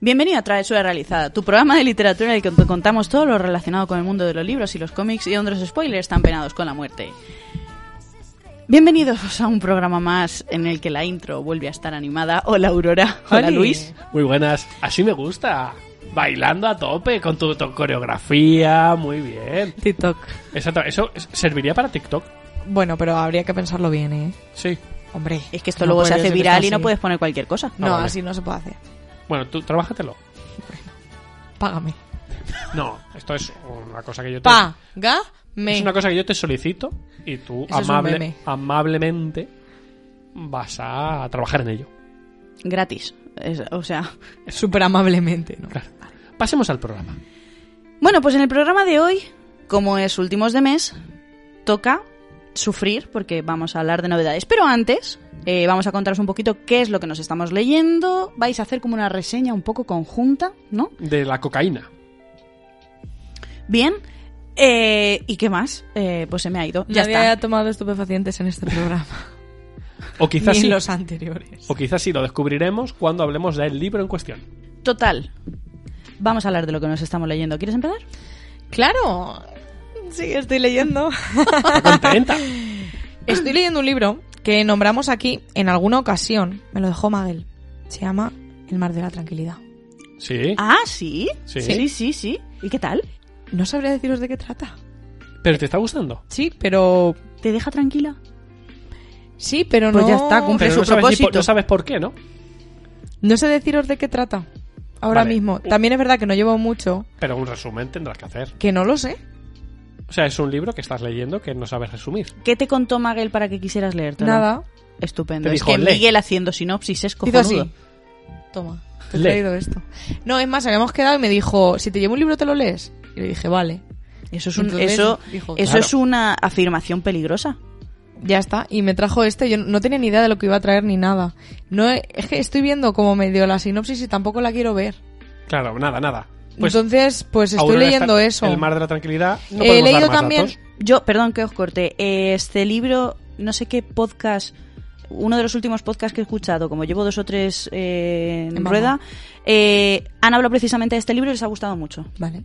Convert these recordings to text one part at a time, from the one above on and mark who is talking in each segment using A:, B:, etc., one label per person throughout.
A: Bienvenido a Travesura Realizada, tu programa de literatura en el que te contamos todo lo relacionado con el mundo de los libros y los cómics y donde los spoilers tan penados con la muerte. Bienvenidos a un programa más en el que la intro vuelve a estar animada. Hola Aurora, hola
B: Oli.
A: Luis.
B: Muy buenas. Así me gusta. Bailando a tope con tu, tu coreografía. Muy bien.
C: TikTok.
B: Exacto. Eso es- serviría para TikTok.
C: Bueno, pero habría que pensarlo bien, ¿eh?
B: Sí.
C: Hombre.
A: Es que esto
C: no
A: luego se
C: puedes
A: hace
C: empezar
A: viral y
C: así.
A: no puedes poner cualquier cosa.
C: No,
B: Ah, vale.
C: así no se puede hacer.
B: Bueno, tú trabájatelo.
C: Págame.
B: No, esto es una cosa que yo te,
C: Págame.
B: es una cosa que yo te solicito y tú
C: Eso es un
B: amable-
C: meme.
B: amablemente vas a trabajar en ello.
A: Gratis. Es- o sea,
C: Súper amablemente, ¿no?
B: Claro. Pasemos al programa.
A: Bueno, pues en el programa de hoy, como es últimos de mes, toca sufrir porque vamos a hablar de novedades. Pero antes, eh, vamos a contaros un poquito qué es lo que nos estamos leyendo. Vais a hacer como una reseña un poco conjunta, ¿no?
B: De la cocaína.
A: Bien. Eh, ¿Y qué más? Eh, pues se me ha ido. Ya
C: Nadie
A: está.
C: ha tomado estupefacientes en este programa.
B: O quizás
C: Ni
B: sí.
C: en los anteriores.
B: O quizás sí lo descubriremos cuando hablemos del libro en cuestión.
A: Total. Vamos a hablar de lo que nos estamos leyendo. ¿Quieres empezar?
C: Claro. Sí, estoy leyendo.
B: Está contenta.
C: estoy leyendo un libro que nombramos aquí en alguna ocasión. Me lo dejó Magel. Se llama El mar de la tranquilidad.
B: Sí.
A: Ah, sí.
B: Sí.
A: sí, sí. sí. ¿Y qué tal?
C: No sabría deciros de qué trata.
B: Pero te está gustando.
C: Sí, pero...
A: ¿Te deja tranquila?
C: Sí, pero
A: Pues
C: no...
A: ya está, cumple
B: Pero
A: su
B: no sabes, ni por,
A: propósito.
B: no sabes por qué, ¿no?
C: No sé deciros de qué trata ahora
B: Vale.
C: mismo. También es verdad que no llevo mucho,
B: Pero un resumen tendrás que hacer.
C: que no lo sé.
B: O sea, es un libro que estás leyendo que no sabes resumir.
A: ¿Qué te contó Magel para que quisieras leértelo?
C: Nada.
A: Estupendo.
B: Te
A: Es
B: dijo,
A: que
B: "Lee".
A: Miguel haciendo sinopsis es
C: Hizo
A: cojonudo.
C: así. Toma, te he
B: Lee.
C: traído esto. No, es más, habíamos quedado y me dijo, si te llevo un libro te lo lees. Y le dije, vale,
A: Eso es, un-
C: Entonces,
A: eso,
C: dijo,
A: eso
B: claro.
A: es una afirmación peligrosa.
C: ya está. Y me trajo este, yo no tenía ni idea de lo que iba a traer ni nada. No, he- es que estoy viendo como medio la sinopsis y tampoco la quiero ver.
B: Claro, nada, nada. Pues,
C: Entonces, pues estoy
B: Aurora
C: leyendo
B: está-
C: eso.
B: El mar de la tranquilidad. No
C: He
B: podemos dar
C: leído
B: más
C: también-
B: datos.
A: Yo, perdón que os corte, eh, este libro, no sé qué podcast, uno de los últimos podcasts que he escuchado, como llevo dos o tres eh, en
C: En mamá.
A: rueda, eh, han hablado precisamente de este libro y les ha gustado mucho.
C: Vale.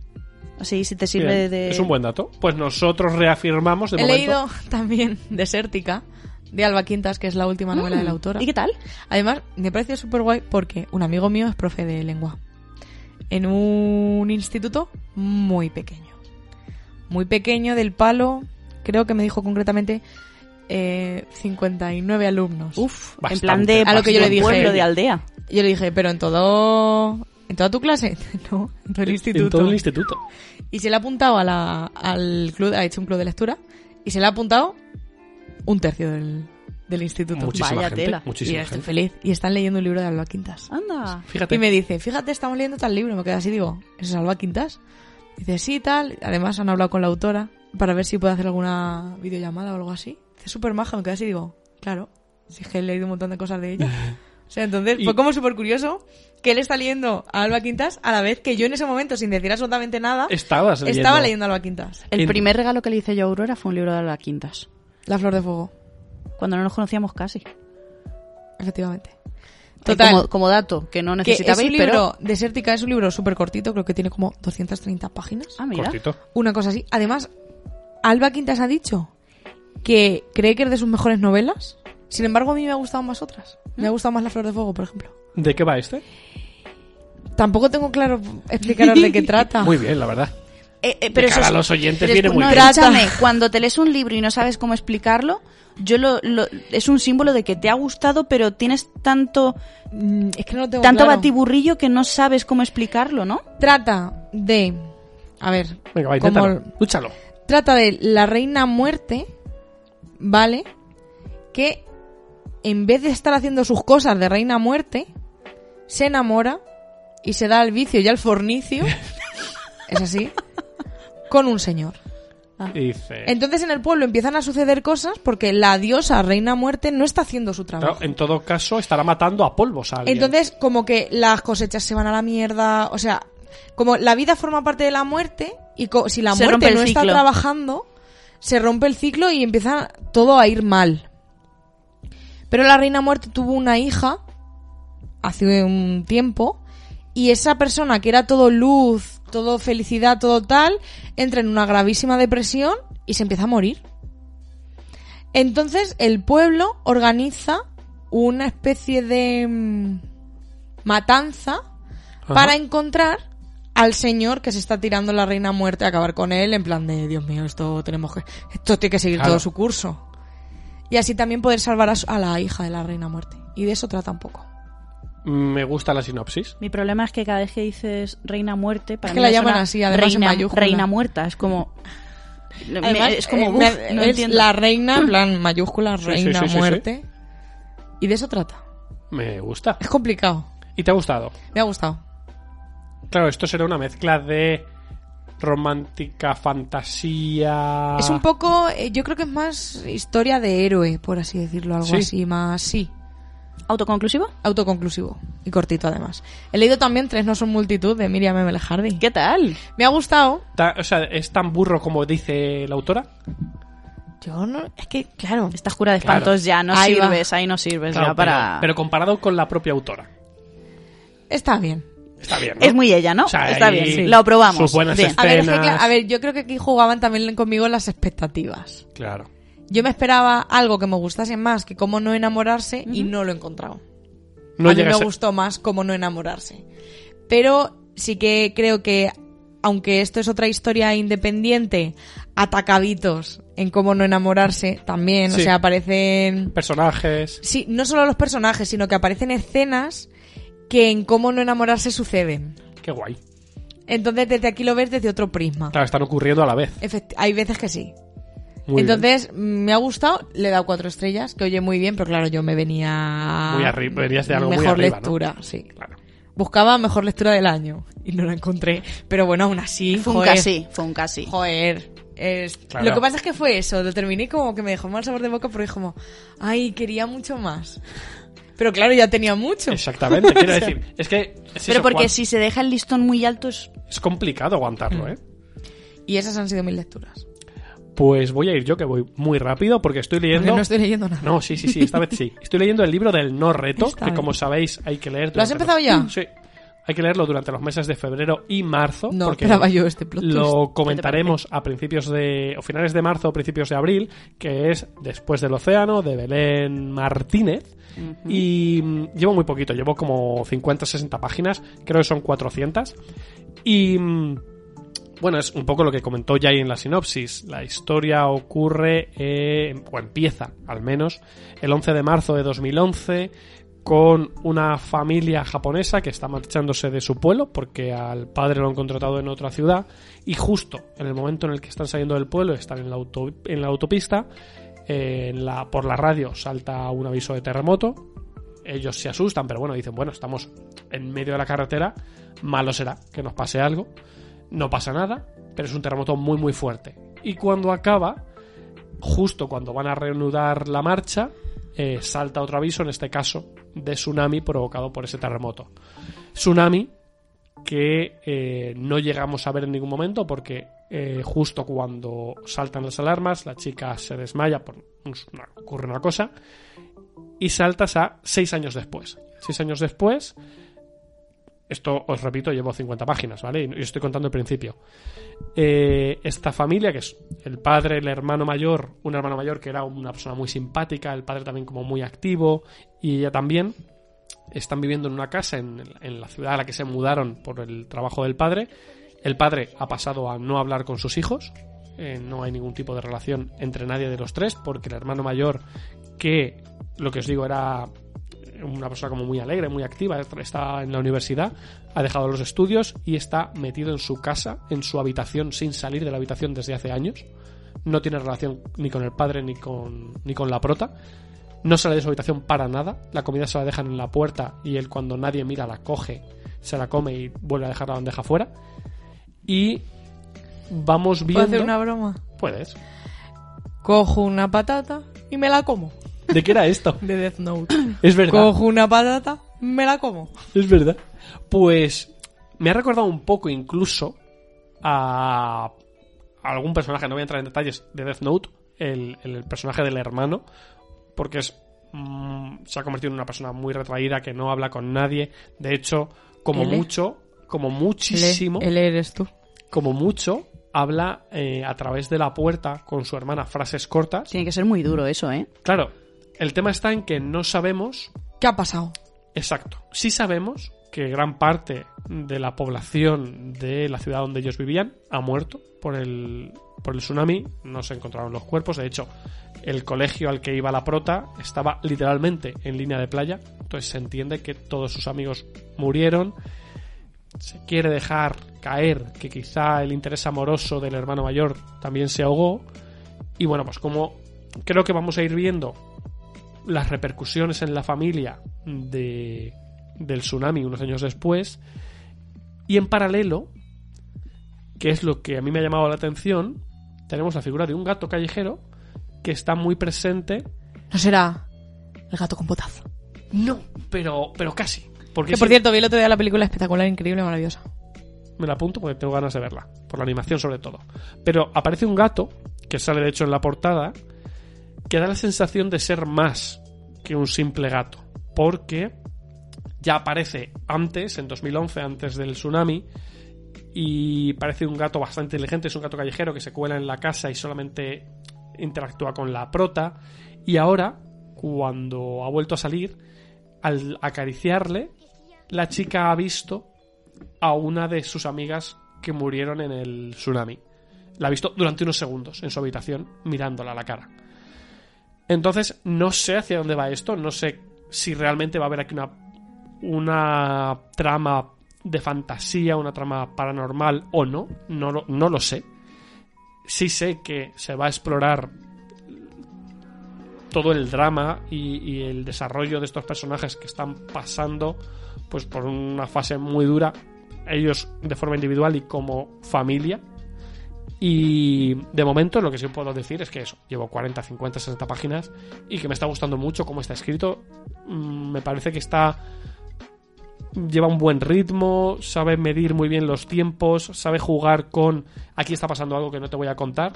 B: este
A: Así, si te
B: Bien,
A: sirve de...
B: Es un buen dato. Pues nosotros reafirmamos de
C: He
B: momento.
C: leído también Desértica, de Alba Quintas, que es la última
B: Mm.
C: novela de la autora.
A: Mm. ¿Y qué tal?
C: Además, me parece súper guay porque un amigo mío es profe de lengua. En un instituto muy pequeño. Muy pequeño, del palo. Creo que me dijo concretamente eh, 59 alumnos.
A: Uf, en
B: Bastante,
A: plan de...
C: A lo que yo le dije.
A: Pueblo de aldea.
C: Yo le dije, pero en todo... ¿En toda tu clase? No, en todo el instituto.
B: En todo el instituto.
C: Y se le ha apuntado a la- al club, ha hecho un club de lectura, y se le ha apuntado un tercio del, del instituto.
B: Muchísima
A: Vaya
B: gente.
A: tela.
C: y
B: Muchísima
C: estoy
B: gente.
C: feliz. Y están leyendo un libro de Alba Quintas.
A: Anda.
B: Fíjate.
C: Y me dice, fíjate, estamos leyendo tal libro. Me quedo así, digo, ¿eso es Alba Quintas? Dice, sí, tal. Además, han hablado con la autora para ver si puede hacer alguna videollamada o algo así. Dice, súper maja. Me quedo así, digo, claro. Si es que he leído un montón de cosas de ella. O sea, entonces
B: Y-
C: fue como súper curioso que él está leyendo a Alba Quintas a la vez que yo en ese momento, sin decir absolutamente nada,
B: Estabas leyendo.
C: estaba leyendo a Alba Quintas.
A: El
B: En-
A: primer regalo que le hice yo a Aurora fue un libro de las quintas,
C: La flor de fuego,
A: cuando no nos conocíamos casi.
C: efectivamente.
A: Total.
C: Total.
A: Como, como dato, que no
C: Que es
A: necesitabais,
C: un
A: pero...
C: libro, Desértica es un libro súper cortito, creo que tiene como 230 páginas.
A: Ah, mira.
B: Cortito.
C: una cosa así. Además, Alba Quintas ha dicho que cree que es de sus mejores novelas. Sin embargo, a mí me ha gustado más otras. Me ha gustado más La Flor de Fuego, por ejemplo.
B: ¿De qué va este?
C: Tampoco tengo claro explicaros de qué trata.
B: Muy bien, la verdad.
A: eh, eh, pero
B: de
A: eso
B: cara
A: es-
B: a los oyentes
A: pero es-
B: viene muy
A: no,
B: bien.
A: escúchame, cuando te lees un libro y no sabes cómo explicarlo, yo lo, lo- es un símbolo de que te ha gustado, pero tienes tanto
C: Mm, Es que no lo tengo
A: tanto
C: claro.
A: batiburrillo que no sabes cómo explicarlo, ¿no?
C: Trata de... A ver,
B: Venga, va,
C: como-
B: inténtalo. Lúchalo.
C: trata de la reina muerte, ¿vale? Que en vez de estar haciendo sus cosas de reina muerte, se enamora y se da al vicio y al fornicio, es así, con un señor.
B: Y dice...
C: Ah. Entonces en el pueblo empiezan a suceder cosas porque la diosa reina muerte no está haciendo su trabajo.
B: Claro, en todo caso, estará matando a polvos a alguien.
C: Entonces, como que las cosechas se van a la mierda, o sea, como la vida forma parte de la muerte y co- si la
A: Se rompe
C: muerte
A: el
C: no está
A: ciclo.
C: trabajando, se rompe el ciclo y empieza todo a ir mal. Pero la reina muerte tuvo una hija hace un tiempo y esa persona que era todo luz, todo felicidad, todo tal, entra en una gravísima depresión y se empieza a morir. Entonces el pueblo organiza una especie de mm, matanza
B: Ajá.
C: para encontrar al señor que se está tirando la reina muerte a acabar con él en plan de Dios mío esto tenemos que esto tiene que seguir
B: Claro.
C: todo su curso y así también poder salvar a, su- a la hija de la reina muerte y de eso trata un poco
B: Mm, Me gusta la sinopsis.
A: Mi problema es que cada vez que dices reina muerte, para
C: Es que
A: mí
C: la
A: me
C: llaman
A: suena
C: así, además en
A: reina,
C: mayúscula.
A: reina muerta, es como me-
C: Además,
A: es como
C: eh,
A: "Uf,
C: me-
A: no
C: es
A: entiendo.
C: la reina en plan mayúscula
B: Sí,
C: reina
B: sí, sí, sí, sí.
C: muerte y de eso trata
B: Me gusta.
C: es complicado
B: ¿Y te ha gustado?
C: me ha gustado
B: Claro, esto será una mezcla de romántica, fantasía...
C: Es un poco, eh, yo creo que es más historia de héroe, por así decirlo, algo
B: Sí.
C: así, más sí,
A: autoconclusivo.
C: autoconclusivo y cortito además. He leído también Tres no son multitud de Miriam M. Hardy.
A: ¿Qué tal?
C: Me ha gustado.
B: Ta- o sea, ¿es tan burro como dice la autora?
C: Yo no, es que claro,
A: Estás cura de
B: Claro.
A: espantos ya, no
C: Ahí va.
A: sirves, ahí no sirves
B: Claro,
A: ya para
B: pero, pero comparado con la propia autora.
C: está bien.
B: Está bien, ¿no?
A: Es muy ella, ¿no?
B: O sea,
A: Está
B: ahí
A: bien, sí. lo probamos.
B: sus buenas
A: Bien.
B: escenas.
C: A ver, es que,
B: Penas.
C: cla- a ver, yo creo que aquí jugaban también conmigo las expectativas.
B: Claro.
C: Yo me esperaba algo que me gustase más que cómo no enamorarse y no lo he encontrado.
B: No
C: a mí
B: llega a
C: me
B: ser-
C: gustó más cómo no enamorarse. Pero sí que creo que, aunque esto es otra historia independiente, atacaditos en cómo no enamorarse también.
B: Sí.
C: O sea, aparecen...
B: personajes.
C: Sí, no solo los personajes, sino que aparecen escenas que en cómo no enamorarse suceden.
B: Qué guay.
C: Entonces desde aquí lo ves desde otro prisma.
B: Claro, están ocurriendo a la vez.
C: Efecti- hay veces que sí.
B: Muy
C: Entonces mm, me ha gustado, le he dado cuatro estrellas, que oye muy bien, pero claro, yo me venía...
B: Muy arri- venías de algo muy
C: mejor
B: arriba, ¿no?
C: lectura, sí.
B: bien. Claro.
C: Buscaba mejor lectura del año y no la encontré. Pero bueno, aún así,
A: Fue un
C: joder.
A: casi, fue un casi.
C: Joder. es-
B: Claro.
C: Lo que pasa es que fue eso. Lo terminé como que me dejó mal sabor de boca porque como, ay, quería mucho más. Pero claro, ya tenía mucho.
B: Exactamente, quiero decir. Es que. es
A: pero
B: eso,
A: porque
B: Juan,
A: si se deja el listón muy alto es...
B: Es complicado
C: Mm.
B: aguantarlo, ¿eh?
C: Y esas han sido mis lecturas.
B: Pues voy a ir yo, que voy muy rápido, porque estoy
C: Porque
B: leyendo.
C: no estoy leyendo nada.
B: No, sí, sí, sí, esta vez sí. Estoy leyendo el libro del No Reto,
C: Está
B: que
C: bien.
B: como sabéis hay que leer.
C: ¿Lo has
B: durante
C: empezado
B: los- Sí. Hay que leerlo durante los meses de febrero y marzo.
C: No
B: porque
C: esperaba yo este plot twist.
B: Lo comentaremos a principios de. o finales de marzo o principios de abril, que es Después del Océano, de Belén Martínez. Y mm, llevo muy poquito, llevo como 50, 60 páginas, creo que son 400. Y. mm, bueno, es un poco lo que comentó Jay en la sinopsis. La historia ocurre, eh, o empieza al menos, el 11 de marzo de 2011 con una familia japonesa que está marchándose de su pueblo porque al padre lo han contratado en otra ciudad y justo en el momento en el que están saliendo del pueblo, están en la, auto- en la autopista, eh, en la- por la radio salta un aviso de terremoto, ellos se asustan, pero bueno, dicen, bueno, estamos en medio de la carretera, malo será que nos pase algo no pasa nada, pero es un terremoto muy muy fuerte. Y cuando acaba, justo cuando van a reanudar la marcha, eh, salta otro aviso, en este caso, de tsunami provocado por ese terremoto. Tsunami que eh, no llegamos a ver en ningún momento porque eh, justo cuando saltan las alarmas, la chica se desmaya, por, una- ocurre una cosa, y saltas a seis años después. Seis años después, esto os repito, llevo 50 páginas, ¿vale? Y y estoy contando el principio. Eh, esta familia, que es el padre, el hermano mayor, un hermano mayor que era una persona muy simpática, el padre también como muy activo, y ella también, están viviendo en una casa en, en la ciudad a la que se mudaron por el trabajo del padre. El padre ha pasado a no hablar con sus hijos. eh, no hay ningún tipo de relación entre nadie de los tres, porque el hermano mayor, que lo que os digo era una persona como muy alegre, muy activa, está en la universidad, ha dejado los estudios y está metido en su casa, en su habitación, sin salir de la habitación desde hace años. No tiene relación ni con el padre ni con, ni con la prota. No sale de su habitación para nada. La comida se la dejan en la puerta y él cuando nadie mira la coge, se la come y vuelve a dejar la bandeja fuera. Y vamos
C: ¿Puedo
B: viendo...
C: hacer una broma?
B: Puedes.
C: Cojo una patata y me la como.
B: ¿De qué era esto?
C: De Death Note.
B: Es verdad.
C: Cojo una patata, me la como.
B: Es verdad. Pues me ha recordado un poco incluso a a algún personaje, no voy a entrar en detalles, de Death Note, el, el personaje del hermano, porque es mm, se ha convertido en una persona muy retraída que no habla con nadie. De hecho, como
C: L.
B: mucho, como muchísimo,
C: Él eres tú.
B: como mucho, habla eh, a través de la puerta con su hermana frases cortas.
A: Tiene que ser muy duro eso, ¿eh?
B: Claro, el tema está en que no sabemos
C: ¿Qué ha pasado?
B: Exacto. Sí sabemos que gran parte de la población de la ciudad donde ellos vivían ha muerto por el, por el tsunami. No se encontraron los cuerpos. De hecho, el colegio al que iba la prota estaba literalmente en línea de playa. Entonces se entiende que todos sus amigos murieron. Se quiere dejar caer que quizá el interés amoroso del hermano mayor también se ahogó. Y bueno, pues como creo que vamos a ir viendo las repercusiones en la familia de, del tsunami unos años después. Y en paralelo, que es lo que a mí me ha llamado la atención, tenemos la figura de un gato callejero que está muy presente.
C: No será el gato con potazo.
B: No, pero, pero casi. Porque
C: Que por
B: sí,
C: cierto, vi el otro día la película espectacular, increíble, maravillosa.
B: me la apunto porque tengo ganas de verla, por la animación sobre todo. Pero aparece un gato, que sale de hecho en la portada, que da la sensación de ser más que un simple gato, porque ya aparece antes, en 2011, antes del tsunami, y parece un gato bastante inteligente, es un gato callejero que se cuela en la casa y solamente interactúa con la prota, y ahora, cuando ha vuelto a salir, al acariciarle, la chica ha visto a una de sus amigas que murieron en el tsunami. La ha visto durante unos segundos en su habitación mirándola a la cara. Entonces, no sé hacia dónde va esto, no sé si realmente va a haber aquí una, una trama de fantasía, una trama paranormal o no, no, lo- no lo sé. Sí sé que se va a explorar todo el drama y, y el desarrollo de estos personajes que están pasando pues por una fase muy dura ellos de forma individual y como familia y de momento lo que sí puedo decir es que eso, llevo 40, 50, 60 páginas y que me está gustando mucho cómo está escrito. Mm, Me parece que está... Lleva un buen ritmo, sabe medir muy bien los tiempos, sabe jugar con... Aquí está pasando algo que no te voy a contar,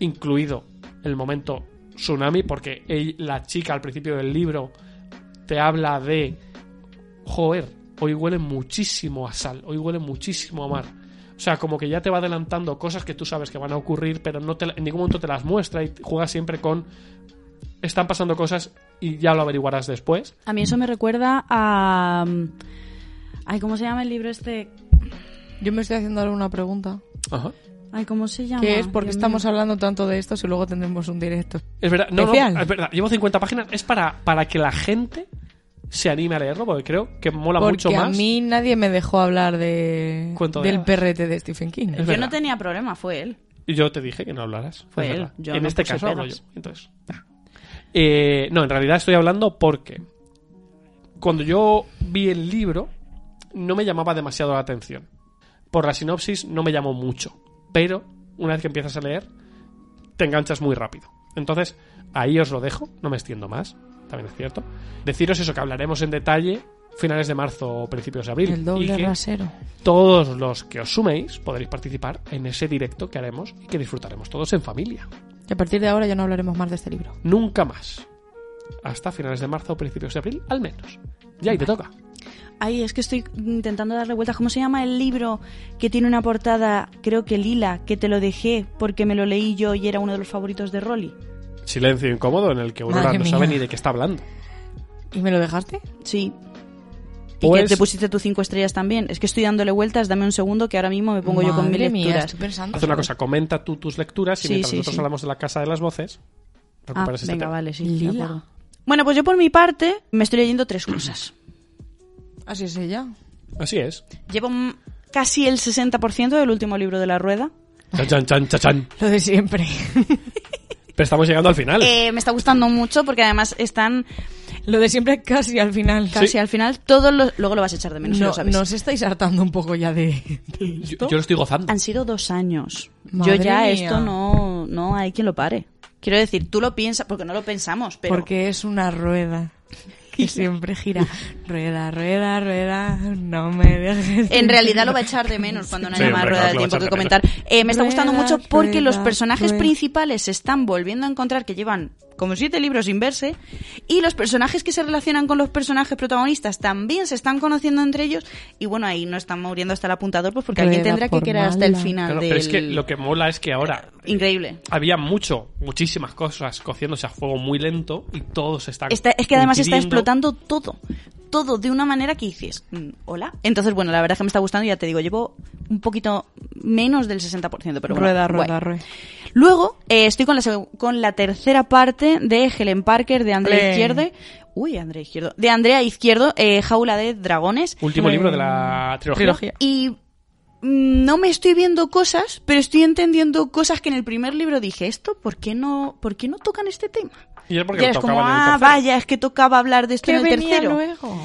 B: incluido el momento tsunami, porque el- la chica al principio del libro te habla de... Joder, hoy huele muchísimo a sal, hoy huele muchísimo a mar. O sea, como que ya te va adelantando cosas que tú sabes que van a ocurrir, pero no te, en ningún momento te las muestra y juega siempre con. Están pasando cosas y ya lo averiguarás después.
A: A mí eso me recuerda a... mm, Ay, ¿cómo se llama el libro este?
C: Yo me estoy haciendo ahora una pregunta.
B: Ajá.
A: Ay, ¿cómo se llama?
C: Que es por qué
A: Dios
C: estamos
A: mío.
C: hablando tanto de esto si luego tendremos un directo.
B: Es verdad, no, no,
C: Especial.
B: es verdad. Llevo 50 páginas. Es para, para que la gente se anime a leerlo, porque creo que mola
C: Porque
B: mucho
C: a
B: más.
C: mí nadie me dejó hablar de
B: Cuento de
C: del
B: hadas.
C: perrete de Stephen King.
B: Es
A: Yo
B: verdad.
A: no tenía problema, fue él.
B: Y yo te dije que no hablaras. Fue
A: Fue él,
B: verdad.
A: yo
B: en
A: no
B: este
A: puse
B: caso hablo yo.
A: pegas.
B: Entonces, ah. Eh, no, en realidad estoy hablando porque cuando yo vi el libro no me llamaba demasiado la atención. Por la sinopsis no me llamó mucho, pero una vez que empiezas a leer te enganchas muy rápido. Entonces, ahí os lo dejo, no me extiendo más, también es cierto. Deciros eso, que hablaremos en detalle finales de marzo o principios de abril.
C: El
B: y
C: doble
B: que-
C: rasero.
B: todos los que os suméis podréis participar en ese directo que haremos y que disfrutaremos todos en familia.
C: Y a partir de ahora ya no hablaremos más de este libro.
B: Nunca más. Hasta finales de marzo o principios de abril, al menos. Ya, y te toca.
A: Ay, es que estoy intentando darle vueltas. ¿Cómo se llama el libro que tiene una portada, creo que lila, que te lo dejé porque me lo leí yo y era uno de los favoritos de Rolly?
B: Silencio incómodo en el que Aurora
C: Madre
B: no sabe
C: mía.
B: ni de qué está hablando.
C: ¿Y me lo dejaste?
A: Sí. y que
B: Pues-
A: te pusiste tus cinco estrellas también. Es que estoy dándole vueltas, dame un segundo que ahora mismo me pongo yo con mil
C: Madre mía,
A: lecturas.
C: estoy pensando.
B: Haz una cosa, comenta tú tus lecturas y
A: Sí,
B: mientras
A: sí,
B: nosotros
A: sí.
B: hablamos de la casa de las voces,
A: Ah,
B: recuperas este
A: venga,
B: tema.
A: vale, sí. de
C: Lila.
A: acuerdo. Bueno, pues yo por mi parte me estoy leyendo tres cosas.
C: Así es ella.
B: Así es.
A: Llevo mm, casi el 60% del último libro de la rueda.
B: Chan, chan, chan, chan, chan.
C: Lo de siempre.
B: Pero estamos llegando al final.
A: Eh, me está gustando mucho porque además están
C: Lo de siempre casi al final.
A: casi al final. Todos los, luego lo vas a echar de menos, si
C: No,
A: lo sabes.
C: nos estáis hartando un poco ya de, de
B: yo,
C: esto.
B: yo lo estoy gozando.
A: Han sido dos años.
C: Madre
A: yo ya
C: mía.
A: esto no, no hay quien lo pare. Quiero decir, tú lo piensas, porque no lo pensamos, pero
C: Porque es una rueda que siempre gira. Rueda, rueda, rueda, no me dejes.
A: en realidad lo va a echar de menos cuando no
B: Sí,
A: haya más
B: hombre,
A: rueda de
B: claro que
A: tiempo
B: lo
A: que
B: va a
A: comentar.
B: echar de
A: Eh, me está gustando
C: Rueda,
A: mucho porque los
C: rueda,
A: personajes
C: rueda.
A: principales se están volviendo a encontrar que llevan como siete libros sin verse y los personajes que se relacionan con los personajes protagonistas también se están conociendo entre ellos y bueno, ahí no están muriendo hasta el apuntador pues porque alguien
C: Rueda
A: tendrá que
C: por
A: quedar hasta el
C: mala.
A: final
B: Claro,
A: del...
B: Pero es que lo que mola es que ahora
A: Increíble.
B: había mucho, muchísimas cosas cociéndose a fuego muy lento y todos están.
A: Está- es que además está
B: coincidiendo.
A: explotando todo. Todo de una manera que dices, mm, hola. Entonces, bueno, la verdad es que me está gustando, ya te digo, llevo un poquito menos del 60%, pero bueno,
C: rueda,
A: guay.
C: rueda, rueda.
A: Luego, eh, estoy con la, seg- con la tercera parte de Helen Parker, de Andrea
C: Ole.
A: Izquierdo. Uy, Andrea Izquierdo. De Andrea Izquierdo, eh, Jaula de Dragones.
B: Último libro de la trilogía.
C: Trilogía.
A: Y mm, no me estoy viendo cosas, pero estoy entendiendo cosas que en el primer libro dije, ¿esto por qué no, por qué no tocan este tema?
B: Y es porque
A: Ya
B: lo
A: es
B: tocaban
A: como,
B: en el
A: ah,
B: tercero.
A: vaya, es que tocaba hablar de esto
C: Que
A: en el
C: venía
A: tercero.
C: luego.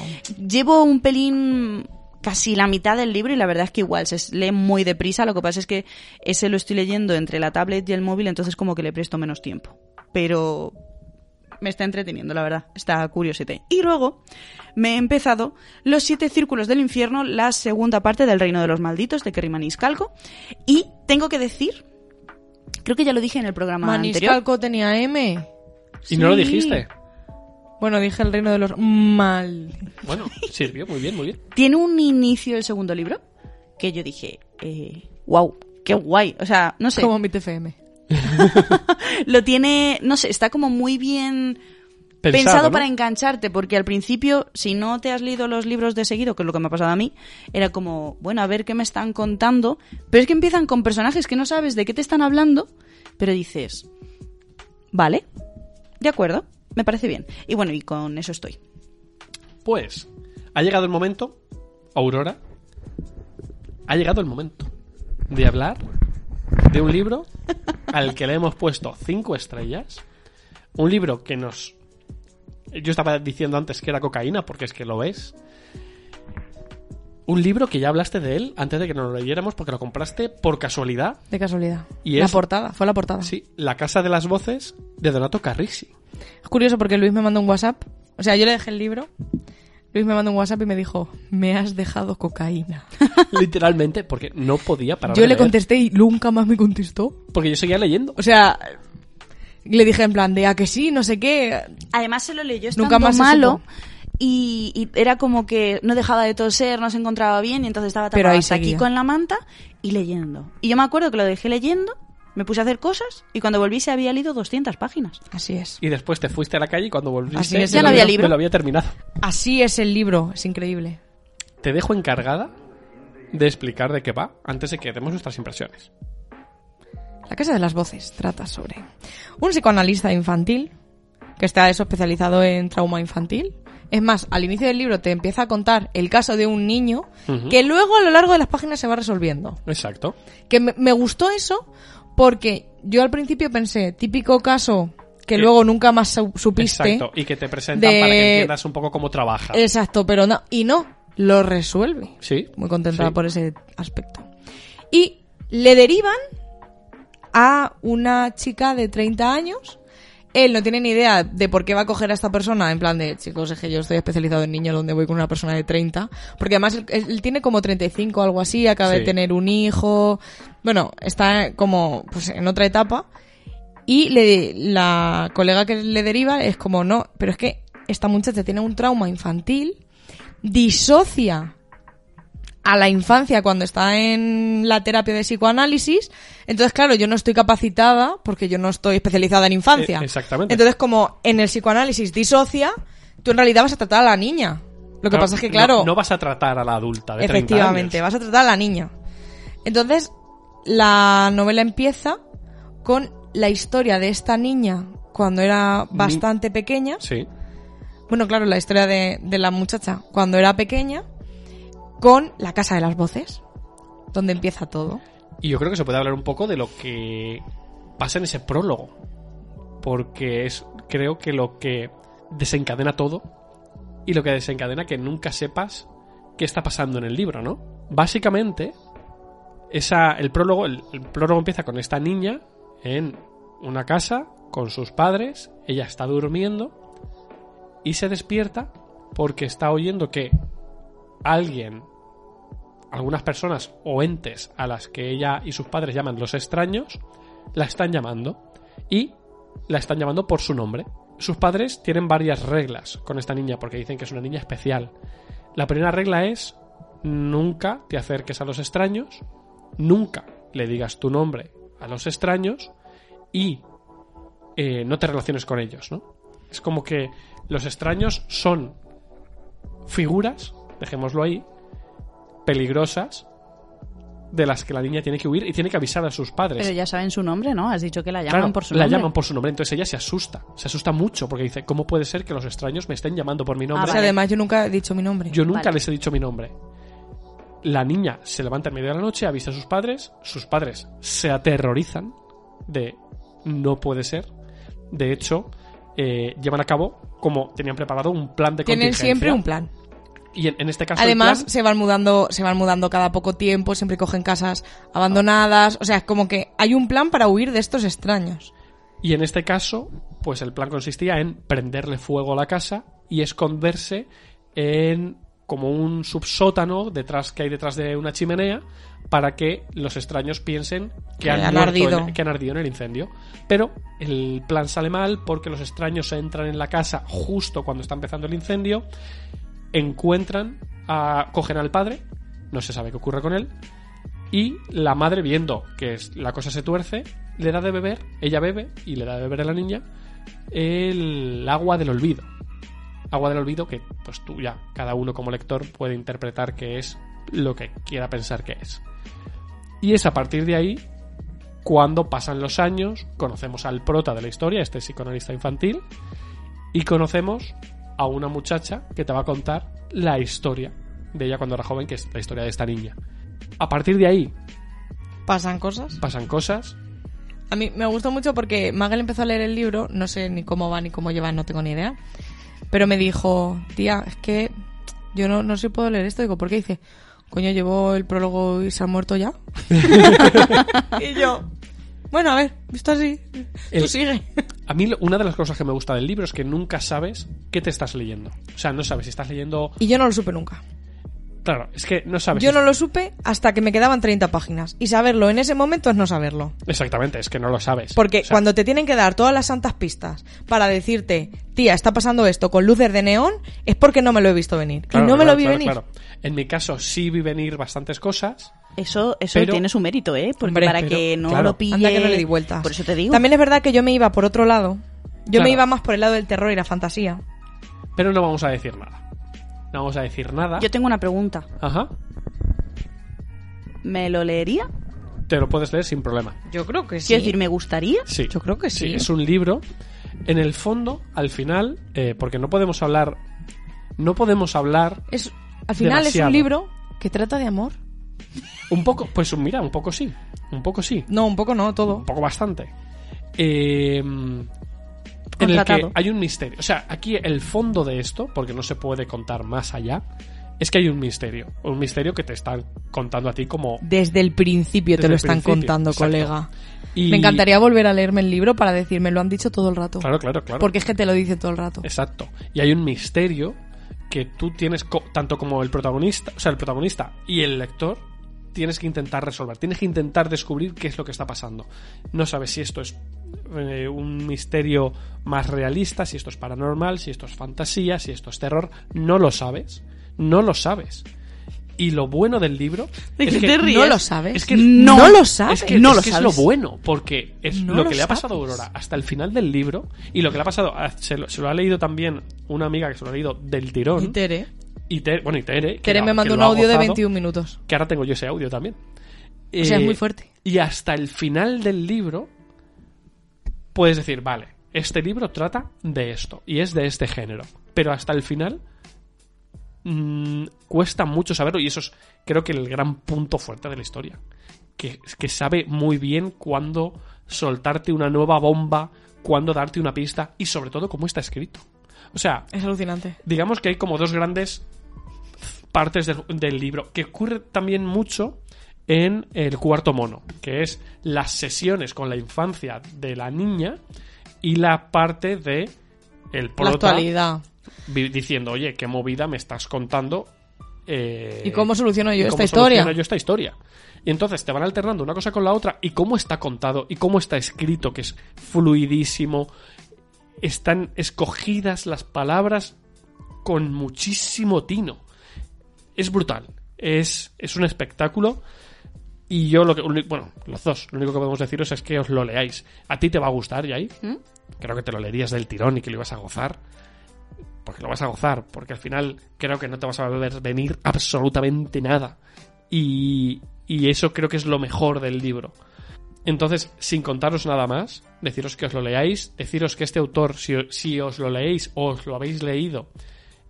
A: Llevo un pelín casi la mitad del libro y la verdad es que igual se lee muy deprisa. Lo que pasa es que ese lo estoy leyendo entre la tablet y el móvil, entonces como que le presto menos tiempo. Pero me está entreteniendo, la verdad. Está curiosete. Y luego me he empezado Los Siete Círculos del Infierno, la segunda parte del Reino de los Malditos de Kerry Maniscalco. Y tengo que decir, creo que ya lo dije en el programa anterior.
C: Maniscalco tenía M.
B: Y no lo
C: Sí.
B: dijiste.
C: Bueno, dije el reino de los mal.
B: Bueno, sirvió, muy bien, muy bien.
A: tiene un inicio el segundo libro que yo dije, wow, qué guay. O sea, no sé,
C: Como mi TFM.
A: lo tiene, no sé, está como muy bien pensado,
B: ¿no?
A: para engancharte, porque al principio, si no te has leído los libros de seguido, que es lo que me ha pasado a mí, era como, bueno, a ver qué me están contando, pero es que empiezan con personajes que no sabes de qué te están hablando, pero dices, vale, de acuerdo, me parece bien. Y bueno, y con eso estoy.
B: Pues, ha llegado el momento, Aurora, ha llegado el momento de hablar de un libro al que le hemos puesto cinco estrellas, un libro que nos... Yo estaba diciendo antes que era cocaína, porque es que lo es. Un libro que ya hablaste de él antes de que nos lo leyéramos porque lo compraste por casualidad.
C: De casualidad.
B: Y
C: la
B: es-
C: portada, fue la portada.
B: Sí, La Casa de las Voces de Donato Carrisi.
C: Es curioso porque Luis me mandó un WhatsApp. O sea, yo le dejé el libro. Luis me mandó un WhatsApp y me dijo, me has dejado cocaína.
B: Literalmente, porque no podía parar
C: yo
B: de
C: le
B: leer,
C: contesté y nunca más me contestó.
B: Porque yo seguía leyendo.
C: O sea, le dije en plan de a que sí, no sé qué.
A: Además se lo leyó estando
C: Nunca más se
A: malo
C: supo.
A: y, y era como que no dejaba de toser, no se encontraba bien y entonces estaba tapado
C: Pero ahí
A: hasta aquí
C: seguía.
A: con la manta y leyendo. Y yo me acuerdo que lo dejé leyendo, me puse a hacer cosas y cuando volví se había leído 200 páginas.
C: Así es.
B: Y después te fuiste a la calle y cuando volviste
C: Así es,
A: Ya
B: me
A: no
B: lo
A: había libro.
B: me lo había terminado.
C: Así es el libro, es increíble.
B: Te dejo encargada de explicar de qué va antes de que demos nuestras impresiones.
C: La Casa de las Voces trata sobre un psicoanalista infantil que está eso especializado en trauma infantil. Es más, al inicio del libro te empieza a contar el caso de un niño
B: Ujú.
C: que luego a lo largo de las páginas se va resolviendo.
B: Exacto.
C: Que me, me gustó eso porque yo al principio pensé, típico caso que
B: Eh,
C: luego nunca más su- supiste.
B: Exacto. Y que te presentan
C: de-
B: para que entiendas un poco cómo trabaja.
C: Exacto, pero no. Y no, lo resuelve.
B: Sí.
C: Muy contentada
B: Sí.
C: por ese aspecto. Y le derivan a una chica de 30 años. Él no tiene ni idea de por qué va a coger a esta persona. En plan de, chicos, es que yo estoy especializado en niños donde voy con una persona de 30. Porque además él, él tiene como 35 o algo así, acaba
B: Sí.
C: de tener un hijo. Bueno, está como pues, en otra etapa. Y le- la colega que le deriva es como, no, pero es que esta muchacha tiene un trauma infantil, disocia a la infancia cuando está en la terapia de psicoanálisis. Entonces, claro, yo no estoy capacitada porque yo no estoy especializada en infancia.
B: Eh, exactamente.
C: Entonces, como en el psicoanálisis disocia, tú en realidad vas a tratar a la niña. Lo Lo que pasa es que, claro,
B: No, no vas a tratar a la adulta de 30 años.
C: efectivamente, vas a tratar a la niña. Entonces, la novela empieza con la historia de esta niña cuando era bastante pequeña.
B: Sí.
C: Bueno, claro, la historia de, de la muchacha cuando era pequeña con la casa de las voces, donde empieza todo.
B: Y yo creo que se puede hablar un poco de lo que pasa en ese prólogo. Porque es, creo que lo que desencadena todo y lo que desencadena que nunca sepas qué está pasando en el libro, ¿no? Básicamente, esa, el, prólogo, el, el prólogo empieza con esta niña en una casa con sus padres, ella está durmiendo y se despierta porque está oyendo que alguien algunas personas o entes a las que ella y sus padres llaman los extraños, la están llamando y la están llamando por su nombre. Sus padres tienen varias reglas con esta niña porque dicen que es una niña especial. La primera regla es nunca te acerques a los extraños, nunca le digas tu nombre a los extraños y eh, no te relaciones con ellos, ¿no? Es como que los extraños son figuras, dejémoslo ahí, peligrosas de las que la niña tiene que huir y tiene que avisar a sus padres.
A: Pero ya saben su nombre, ¿no? Has dicho que la llaman
B: Pues Claro,
A: por su
B: la
A: nombre.
B: llaman por su nombre, entonces ella se asusta, se asusta mucho porque dice, ¿cómo puede ser que los extraños me estén llamando por mi nombre?
C: O sea,
A: Ah, vale.
C: además yo nunca he dicho mi nombre.
B: Yo nunca
A: Vale.
B: les he dicho mi nombre. La niña se levanta en medio de la noche, avisa a sus padres, sus padres se aterrorizan de no puede ser. De hecho, eh, llevan a cabo como tenían preparado un plan de
C: Tienen
B: contingencia.
C: siempre un plan.
B: Y en, en este caso el
C: Además,
B: plan-
C: se van mudando, se van mudando cada poco tiempo, siempre cogen casas abandonadas. O sea, es como que hay un plan para huir de estos extraños.
B: Y en este caso, pues el plan consistía en prenderle fuego a la casa y esconderse en como un subsótano detrás que hay detrás de una chimenea para que los extraños piensen que
C: Que
B: han,
C: han
B: muerto
C: ardido.
B: en- que han ardido en el incendio. Pero el plan sale mal porque los extraños entran en la casa justo cuando está empezando el incendio, encuentran, a, cogen al padre, no se sabe qué ocurre con él, y la madre, viendo que es- la cosa se tuerce, le da de beber, ella bebe y le da de beber a la niña el agua del olvido. Agua del olvido que, pues tú ya, cada uno como lector puede interpretar que es lo que quiera pensar que es. Y es a partir de ahí cuando pasan los años, conocemos al prota de la historia, este psicoanalista infantil, y conocemos a una muchacha que te va a contar la historia de ella cuando era joven, que es la historia de esta niña. A partir de ahí
C: Pasan cosas.
B: pasan cosas.
C: A mí me gustó mucho porque Magel empezó a leer el libro, no sé ni cómo va ni cómo lleva, no tengo ni idea. Pero me dijo, tía, es que yo no, no sé si puedo leer esto. Digo, ¿por qué? Dice, coño, llevo el prólogo y se ha muerto ya. y yo, bueno, a ver, visto así, tú
B: El-
C: sigue.
B: A mí lo- una de las cosas que me gusta del libro es que nunca sabes qué te estás leyendo. O sea, no sabes si estás leyendo...
C: y yo no lo supe nunca.
B: Claro, es que no sabes...
C: Yo
B: si-
C: no lo supe hasta que me quedaban 30 páginas. Y saberlo en ese momento es no saberlo.
B: Exactamente, es que no lo sabes.
C: Porque
B: O sea,
C: cuando te tienen que dar todas las santas pistas para decirte, tía, está pasando esto con luces de neón, es porque no me lo he visto venir.
B: claro,
C: y no me
B: claro,
C: lo vi
B: claro,
C: venir.
B: claro. En mi caso sí vi venir bastantes cosas.
A: Eso, eso
B: Pero-
A: tiene su mérito, ¿eh? Porque
C: Hombre,
A: para
B: pero-
A: que no
B: claro.
A: lo pille...
C: Anda que no le di vueltas.
A: Por eso te digo.
C: También es verdad que yo me iba por otro lado. Yo
B: Claro.
C: me iba más por el lado del terror y la fantasía.
B: Pero no vamos a decir nada. No vamos a decir nada.
A: Yo tengo una pregunta.
B: Ajá.
A: ¿Me lo leería?
B: Te lo puedes leer sin problema.
C: Yo creo que sí.
A: Quiero decir, ¿me gustaría?
B: Sí.
C: Yo creo que sí. ¿eh?
B: Es un libro. En el fondo, al final, eh, porque no podemos hablar. No podemos hablar.
C: Es, al final es
B: Demasiado.
C: un libro que trata de amor.
B: Un poco. Pues mira, un poco sí. Un poco sí.
C: No, un poco no,
B: Un
C: todo.
B: poco bastante. Eh, en el que
A: Contratado.
B: hay un misterio. O sea, aquí el fondo de esto, porque no se puede contar más allá, es que hay un misterio. Un misterio que te están contando a ti como.
C: Desde el principio
B: Desde
C: te lo
B: el
C: están
B: principio,
C: contando,
B: exacto.
C: colega.
B: y-
C: Me encantaría volver a leerme el libro para decirme, lo han dicho todo el rato.
B: Claro, claro, claro.
C: Porque es que te lo dicen todo el rato.
B: Exacto. Y hay un misterio que tú tienes, co- tanto como el protagonista, o sea, el protagonista y el lector, tienes que intentar resolver, tienes que intentar descubrir qué es lo que está pasando. No sabes si esto es eh, un misterio más realista, si esto es paranormal, si esto es fantasía, si esto es terror. No lo sabes. No lo sabes. Y lo bueno del libro
A: ¿De
B: es
A: qué
B: que
A: te ríes?
C: No lo sabes.
B: es que
A: no,
C: No lo sabes.
B: es que,
A: no
B: es,
A: lo
B: que es
A: sabes.
B: lo bueno, porque es
C: No
B: lo
C: lo
B: que le ha pasado a
C: sabes.
B: Aurora hasta el final del ah, libro y lo que le ha pasado, a- se lo, se lo ha leído también una amiga que se lo ha leído del tirón
C: Y Tere.
B: Y Tere, bueno, y Tere. que
C: Tere
B: la-
C: me
B: que lo
C: mandó un
B: ha
C: audio de
B: gozado,
C: 21 minutos.
B: Que ahora tengo yo ese audio también.
C: O sea, es
B: Eh,
C: muy fuerte.
B: Y hasta el final del libro puedes decir, vale, este libro trata de esto y es de este género. Pero hasta el final mm, cuesta mucho saberlo y eso es creo que el gran punto fuerte de la historia. Que, que sabe muy bien cuándo soltarte una nueva bomba, cuándo darte una pista y sobre todo cómo está escrito. O sea,
C: Es alucinante.
B: digamos que hay como dos grandes partes del, del libro, que ocurre también mucho en el cuarto mono, que es las sesiones con la infancia de la niña y la parte de el
C: La
B: prota
C: actualidad.
B: vi- diciendo, oye, qué movida me estás contando. eh,
C: ¿Y cómo soluciono yo
B: y
C: esta
B: cómo
C: historia?
B: soluciono yo esta historia. Y entonces te van alternando una cosa con la otra y cómo está contado y cómo está escrito, que es fluidísimo. Están escogidas las palabras con muchísimo tino. Es brutal. Es, es un espectáculo. Y yo lo que. uni- Bueno, los dos. Lo único que podemos deciros es que os lo leáis. A ti te va a gustar, Yai.
A: ¿Mm?
B: Creo que te lo leerías del tirón y que lo ibas a gozar. Porque lo vas a gozar. Porque al final creo que no te vas a ver venir absolutamente nada. Y, y eso creo que es lo mejor del libro. Entonces, sin contaros nada más, deciros que os lo leáis, deciros que este autor, si, o- si os lo leéis o os lo habéis leído,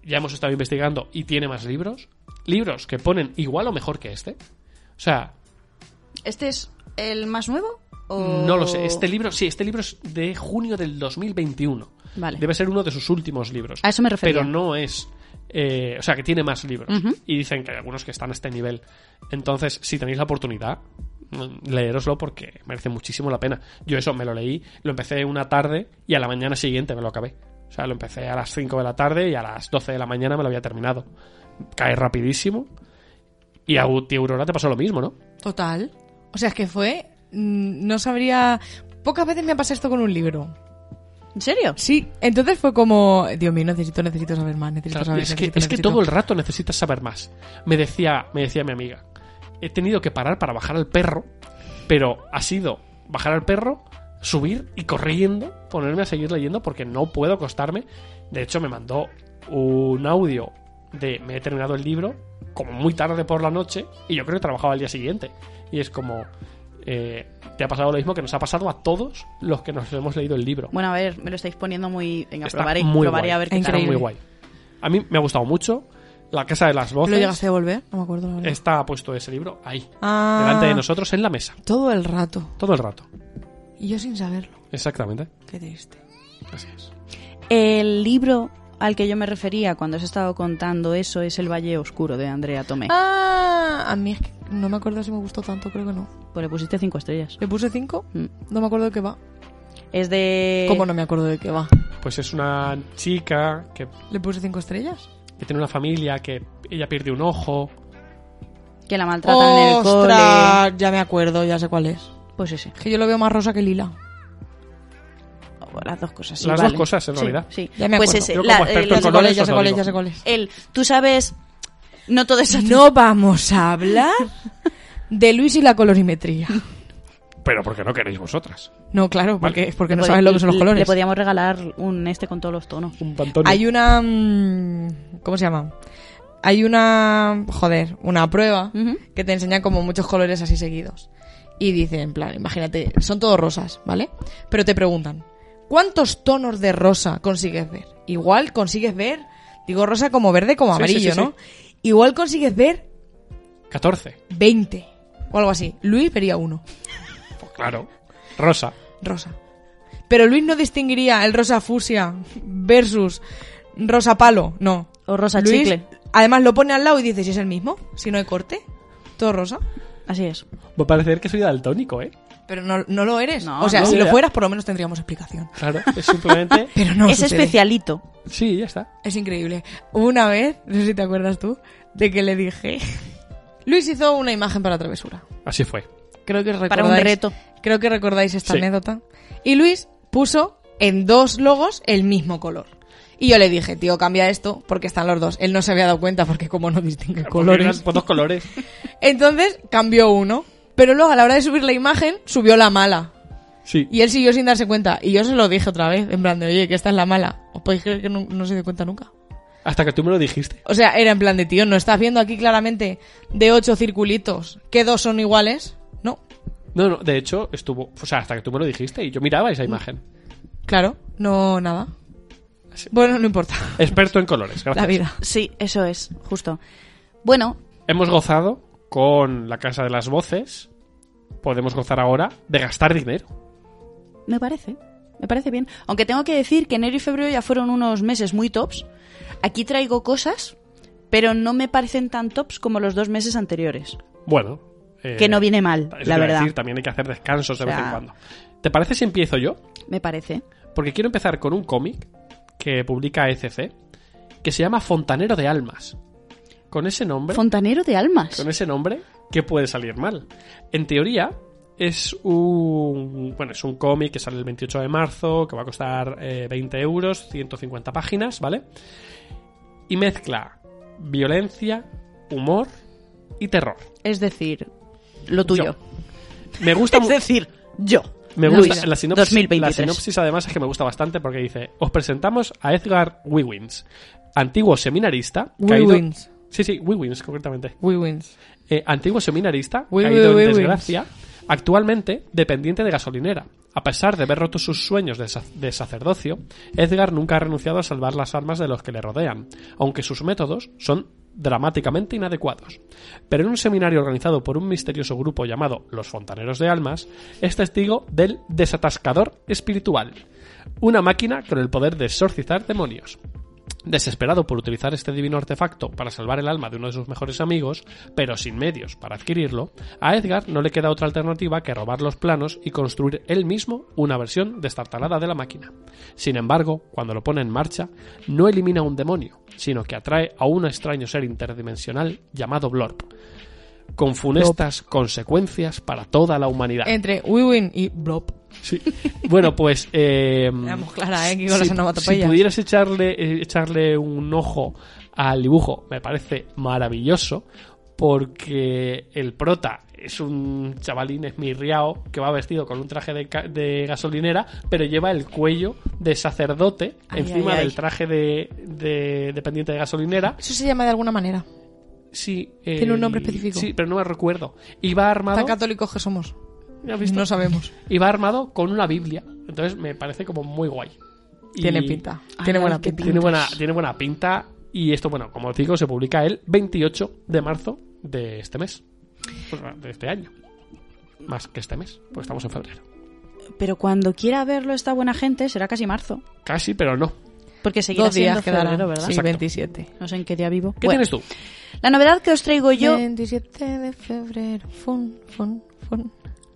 B: ya hemos estado investigando y tiene más libros. Libros que ponen igual o mejor que este. O sea,
A: ¿Este es el más nuevo? O...
B: no lo sé. Este libro, sí, este libro es de junio del 2021.
A: Vale.
B: Debe ser uno de sus últimos libros.
A: A eso me refería.
B: Pero no es. eh, o sea, que tiene más libros.
A: Ujú.
B: Y dicen que hay algunos que están a este nivel. Entonces, si tenéis la oportunidad, mm, leeroslo porque merece muchísimo la pena. Yo eso me lo leí, lo empecé una tarde y a la mañana siguiente me lo acabé. O sea, lo empecé a las 5 de la tarde y a las 12 de la mañana me lo había terminado. Cae rapidísimo. Y a Uti Aurora te pasó lo mismo, ¿no?
C: Total. O sea, es que fue. mm, No sabría. Pocas veces me ha pasado esto con un libro.
A: ¿En serio?
C: Sí, entonces fue como. Dios mío, necesito, necesito saber más, necesito
B: Claro,
C: saber
B: es, que,
C: necesito,
B: es que
C: necesito.
B: todo el rato necesitas saber más. Me decía, me decía mi amiga, he tenido que parar para bajar al perro, pero ha sido bajar al perro, subir y corriendo, ponerme a seguir leyendo porque no puedo acostarme. De hecho, me mandó un audio de me he terminado el libro como muy tarde por la noche y yo creo que trabajaba al día siguiente. Y es como... eh, te ha pasado lo mismo que nos ha pasado a todos los que nos hemos leído el libro
A: Bueno, a ver, me lo estáis poniendo muy... Venga,
B: Está
A: probaré,
B: muy
A: probaré
B: guay.
A: a ver qué
C: Está
A: tal.
B: está
C: Increíble.
B: muy guay. A mí me ha gustado mucho. La Casa de las Voces
C: ¿Lo llegaste a devolver? No me acuerdo. La verdad.
B: está puesto ese libro ahí,
C: Ah.
B: delante de nosotros en la mesa,
C: Todo el rato.
B: todo el rato.
C: Y yo sin saberlo.
B: Exactamente.
C: Qué triste.
B: Así es.
A: El libro al que yo me refería cuando os he estado contando eso es El Valle Oscuro de Andrea Tomé.
C: Ah, a mí es que no me acuerdo si me gustó tanto, creo que no.
A: Pues le pusiste cinco estrellas.
C: ¿Le puse 5?
A: Mm.
C: No me acuerdo de qué va.
A: Es de...
C: ¿Cómo no me acuerdo de qué va?
B: Pues es una chica que,
C: ¿Le puse 5 estrellas?
B: que tiene una familia que ella pierde un ojo.
A: Que la maltratan en el cole.
C: ¡Ostras! Ya me acuerdo, ya sé cuál es.
A: Pues ese.
C: Es que yo lo veo más rosa que lila.
A: O Oh, Las dos cosas. sí,
B: Las
A: vale.
B: dos cosas, en
A: Sí,
B: realidad.
A: Sí,
C: Ya me
A: Pues
C: acuerdo.
A: ese.
B: Yo como
A: la-
B: experto
A: eh,
B: en
A: los-
B: colores
C: ya sé
B: os
C: cuál es,
B: digo.
C: ya sé cuál es.
A: el, tú sabes... No todo es así.
C: No vamos a hablar de Luis y la colorimetría.
B: Pero porque no queréis vosotras.
C: No, claro, porque, porque
A: Le
C: no
A: pod-
C: sabes lo que son los
A: le- Le
C: colores.
A: podíamos regalar un este con todos los tonos.
B: Un pantone.
C: Hay una... mm, ¿Cómo se llama? Hay una... Joder, una prueba
A: Ujú.
C: que te enseña como muchos colores así seguidos. Y dice, en plan, imagínate, son todos rosas, ¿vale? Pero te preguntan, ¿cuántos tonos de rosa consigues ver? Igual consigues ver, digo rosa como verde,
B: Sí,
C: como
B: sí,
C: amarillo,
B: sí,
C: ¿no? Igual consigues ver
B: 14.
C: 20 o algo así. Luis vería uno,
B: Pues claro. Rosa.
C: rosa. Pero Luis no distinguiría el rosa fusia versus rosa palo, no.
A: O rosa
C: Luis,
A: chicle.
C: además lo pone al lado y dice, si es el mismo, si no hay corte, todo rosa.
A: Así es.
B: Va a parecer que soy daltónico, ¿eh?
C: Pero no, no lo eres.
A: No,
C: o sea,
B: no.
C: si
B: Ya.
C: lo fueras, por lo menos tendríamos explicación.
B: Claro. Es simplemente.
C: Pero no
A: es
C: sucede.
A: especialito.
B: sí, ya está.
C: Es increíble. Hubo Una vez, no sé si te acuerdas tú, de que le dije... Luis hizo una imagen para travesura.
B: Así fue.
C: Creo que recordáis...
A: Para un reto.
C: Creo que recordáis esta
B: Sí.
C: anécdota. Y Luis puso en dos logos el mismo color. Y yo le dije, tío, cambia esto porque están los dos. Él no se había dado cuenta porque como no distingue colores.
B: Por dos colores.
C: Entonces cambió uno. Pero luego a la hora de subir la imagen, subió la mala.
B: Sí.
C: Y él siguió sin darse cuenta. Y yo se lo dije otra vez, en plan de, oye, que esta es la mala. ¿Os podéis creer que no, no se dio cuenta nunca?
B: Hasta que tú me lo dijiste.
C: O sea, era en plan de tío, ¿no estás viendo aquí claramente de ocho circulitos que dos son iguales? No,
B: No, no, de hecho, estuvo. O sea, hasta que tú me lo dijiste y yo miraba esa imagen.
C: claro, no nada. Bueno, no importa.
B: Experto en colores, gracias.
C: La vida.
A: Sí, eso es, justo. Bueno,
B: Hemos gozado con la casa de las voces. Podemos gozar ahora de gastar dinero.
A: me parece. Me parece bien. Aunque tengo que decir que enero y febrero ya fueron unos meses muy tops. Aquí traigo cosas, pero no me parecen tan tops como los dos meses anteriores.
B: Bueno. eh,
A: Que no viene mal,
B: eso te
A: la
B: iba a
A: verdad.
B: decir, también hay que hacer descansos de
A: O sea-
B: vez en cuando. ¿Te parece si empiezo yo?
A: Me parece.
B: Porque quiero empezar con un cómic que publica ECC que se llama Fontanero de Almas. Con ese nombre.
A: Fontanero de almas.
B: con ese nombre, ¿qué puede salir mal? En teoría, es un. Bueno, es un cómic que sale el 28 de marzo, que va a costar eh, 20 euros, 150 páginas, ¿vale? Y mezcla violencia, humor y terror.
A: Es decir, lo tuyo.
B: Me gusta
A: Es
B: mu-
A: decir, yo.
B: Me
A: Luis,
B: gusta la sinopsis.
A: 2023.
B: La sinopsis además es que me gusta bastante porque dice, os presentamos a Edgar Wiwins, antiguo seminarista, caído-
C: Wins.
B: Sí, sí, Wiwins concretamente.
C: Wins.
B: Eh, antiguo seminarista,
C: Uy,
B: caído
C: uy, uy,
B: en
C: uy.
B: desgracia, actualmente dependiente de gasolinera. A pesar de haber roto sus sueños de, sa- de sacerdocio, Edgar nunca ha renunciado a salvar las almas de los que le rodean, aunque sus métodos son dramáticamente inadecuados. Pero en un seminario organizado por un misterioso grupo llamado Los Fontaneros de Almas, es testigo del desatascador espiritual, una máquina con el poder de exorcizar demonios. Desesperado por utilizar este divino artefacto para salvar el alma de uno de sus mejores amigos, pero sin medios para adquirirlo, a Edgar no le queda otra alternativa que robar los planos y construir él mismo una versión destartalada de la máquina. Sin embargo, cuando lo pone en marcha, no elimina un demonio, sino que atrae a un extraño ser interdimensional llamado Blorp, con funestas consecuencias para toda la humanidad.
C: Entre Win y Blob.
B: Sí. Bueno, pues. Eh,
C: Éramos clara, ¿eh? Aquí con las onomatopeyas.
B: si pudieras echarle, eh, echarle un ojo al dibujo, me parece maravilloso. Porque el prota es un chavalín esmirriao que va vestido con un traje de, ca- de gasolinera, pero lleva el cuello de sacerdote
A: Ay,
B: encima
A: ay, ay.
B: del traje de, de dependiente de gasolinera.
C: Eso se llama de alguna manera.
B: Sí,
C: Tiene un nombre
B: el-
C: específico.
B: Sí, pero no me recuerdo. Y va armado.
C: Tan católicos que somos.
B: ¿Ya has visto?
C: No sabemos.
B: y va armado con una Biblia. Entonces me parece como muy guay. Y Ah,
C: Tiene pinta.
A: Ay,
C: Tiene
A: ay,
C: buena
A: qué
C: pinta.
B: Tiene buena, tiene buena pinta. Y esto, bueno, como os digo, se publica el 28 de marzo de este mes. Pues, bueno, de este año. Más que este mes, pues estamos en febrero.
A: Pero cuando quiera verlo esta buena gente será casi marzo.
B: Casi, pero no.
A: Porque seguirá
C: Dos días
A: siendo
C: quedará.
A: febrero, ¿verdad?
C: Sí,
B: Exacto.
C: 27.
A: No sé en qué día vivo.
B: ¿Qué
A: Bueno,
B: tienes tú?
A: La novedad que os traigo yo...
C: 27 de febrero. Fun, fun, fun.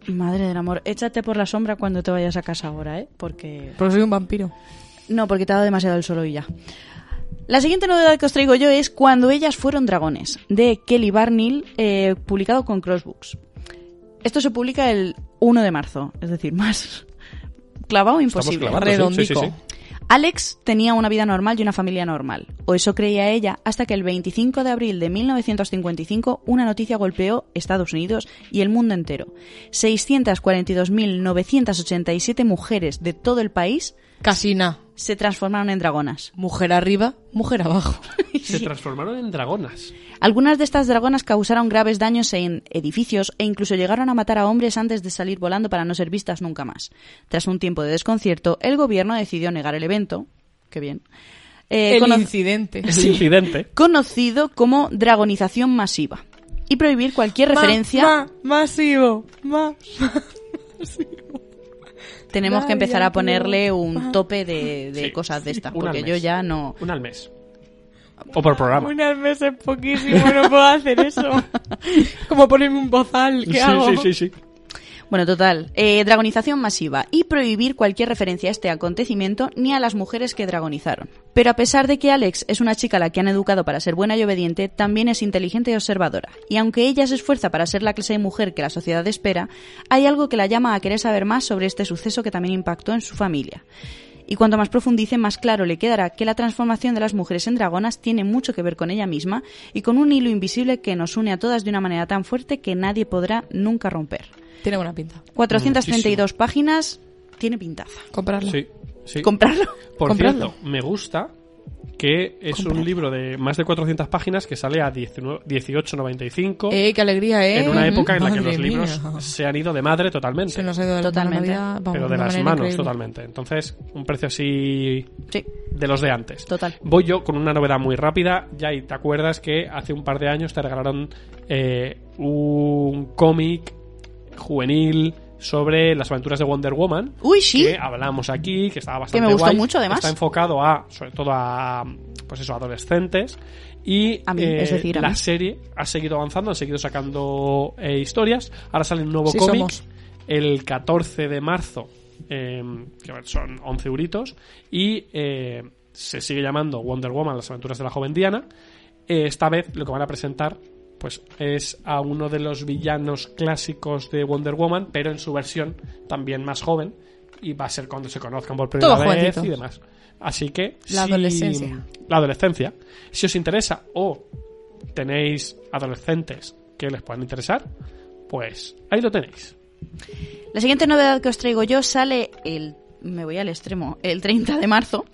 A: Madre del amor, échate por la sombra cuando te vayas a casa ahora, ¿eh? Porque...
C: Pero soy un vampiro.
A: No, porque te ha dado demasiado el sol hoy ya. La siguiente novedad que os traigo yo es Cuando ellas fueron dragones, de Kelly Barnil, eh, publicado con Crossbooks. Esto se publica el 1 de marzo, es decir, más clavado imposible. ¿eh?
B: Estamos clavando, sí, sí, sí,
C: Redondico.
B: sí.
A: Alex tenía una vida normal y una familia normal, o eso creía ella, hasta que el 25 de abril de 1955 una noticia golpeó Estados Unidos y el mundo entero. 642.987 mujeres de todo el país
C: Casina.
A: se transformaron en dragonas.
C: Mujer arriba, mujer abajo.
B: Se transformaron en dragonas.
A: Algunas de estas dragonas causaron graves daños en edificios e incluso llegaron a matar a hombres antes de salir volando para no ser vistas nunca más. Tras un tiempo de desconcierto, el gobierno decidió negar el evento. Qué bien. Eh,
C: El
A: cono-
C: incidente.
B: Es un incidente.
A: conocido como dragonización masiva y prohibir cualquier referencia.
C: Ma- ma- masivo. Ma-
A: tenemos que empezar a
C: Vaya,
A: ponerle
C: tío.
A: un tope de, de
B: Sí,
A: cosas de estas,
B: una
A: porque
B: al
A: yo
B: mes.
A: ya no.
B: Una al mes. O por programa.
C: Unas veces poquísimo, no puedo hacer eso. Como ponerme un bozal, ¿qué
B: Sí,
C: hago?
B: sí, sí, sí.
A: Bueno, total. eh, dragonización masiva y prohibir cualquier referencia a este acontecimiento ni a las mujeres que dragonizaron. Pero a pesar de que Alex es una chica a la que han educado para ser buena y obediente, también es inteligente y observadora. Y aunque ella se esfuerza para ser la clase de mujer que la sociedad espera, hay algo que la llama a querer saber más sobre este suceso que también impactó en su familia. Y cuanto más profundice, más claro le quedará que la transformación de las mujeres en dragonas tiene mucho que ver con ella misma y con un hilo invisible que nos une a todas de una manera tan fuerte que nadie podrá nunca romper.
C: Tiene buena pinta.
A: 432 páginas, tiene pintaza.
C: Comprarla.
B: Sí, sí.
A: Comprarlo.
B: Por
C: Comprarlo.
B: cierto, me gusta que es un libro de más de 400 páginas que sale a 19 18.95
C: Eh, qué alegría, eh.
B: en una época en la que
C: Madre
B: los libros
C: mía.
B: se han ido de madre totalmente,
C: se nos ha ido de
A: Totalmente.
C: la mano la vida, vamos,
B: pero de
C: una
B: las
C: manera
B: manos
C: increíble.
B: totalmente. Entonces, un precio así
A: Sí,
B: de los de antes.
A: total.
B: Voy yo con una novedad muy rápida. Ya, y te acuerdas que hace un par de años te regalaron eh, un cómic juvenil sobre las aventuras de Wonder Woman.
A: Uy, sí.
B: Que hablamos aquí, que estaba bastante
A: Que me gustó
B: guay.
A: mucho, además.
B: Está enfocado a, sobre todo a, pues eso, adolescentes. Y
A: A mí,
B: eh,
A: es decir, a
B: la
A: mí.
B: serie ha seguido avanzando, han seguido sacando eh, historias. Ahora sale un nuevo
C: Sí,
B: cómic
C: somos.
B: el 14 de marzo, eh, que a ver, son 11 euritos, y eh, se sigue llamando Wonder Woman, las aventuras de la joven Diana. Eh, esta vez lo que van a presentar pues es a uno de los villanos clásicos de Wonder Woman, pero en su versión también más joven, y va a ser cuando se conozcan por primera
C: Todo
B: vez
C: jovencitos.
B: y demás. Así que...
C: La
B: si-
C: adolescencia.
B: La adolescencia. Si os interesa o tenéis adolescentes que les puedan interesar, pues ahí lo tenéis.
A: La siguiente novedad que os traigo yo sale el. Me voy al extremo. El 30 de marzo.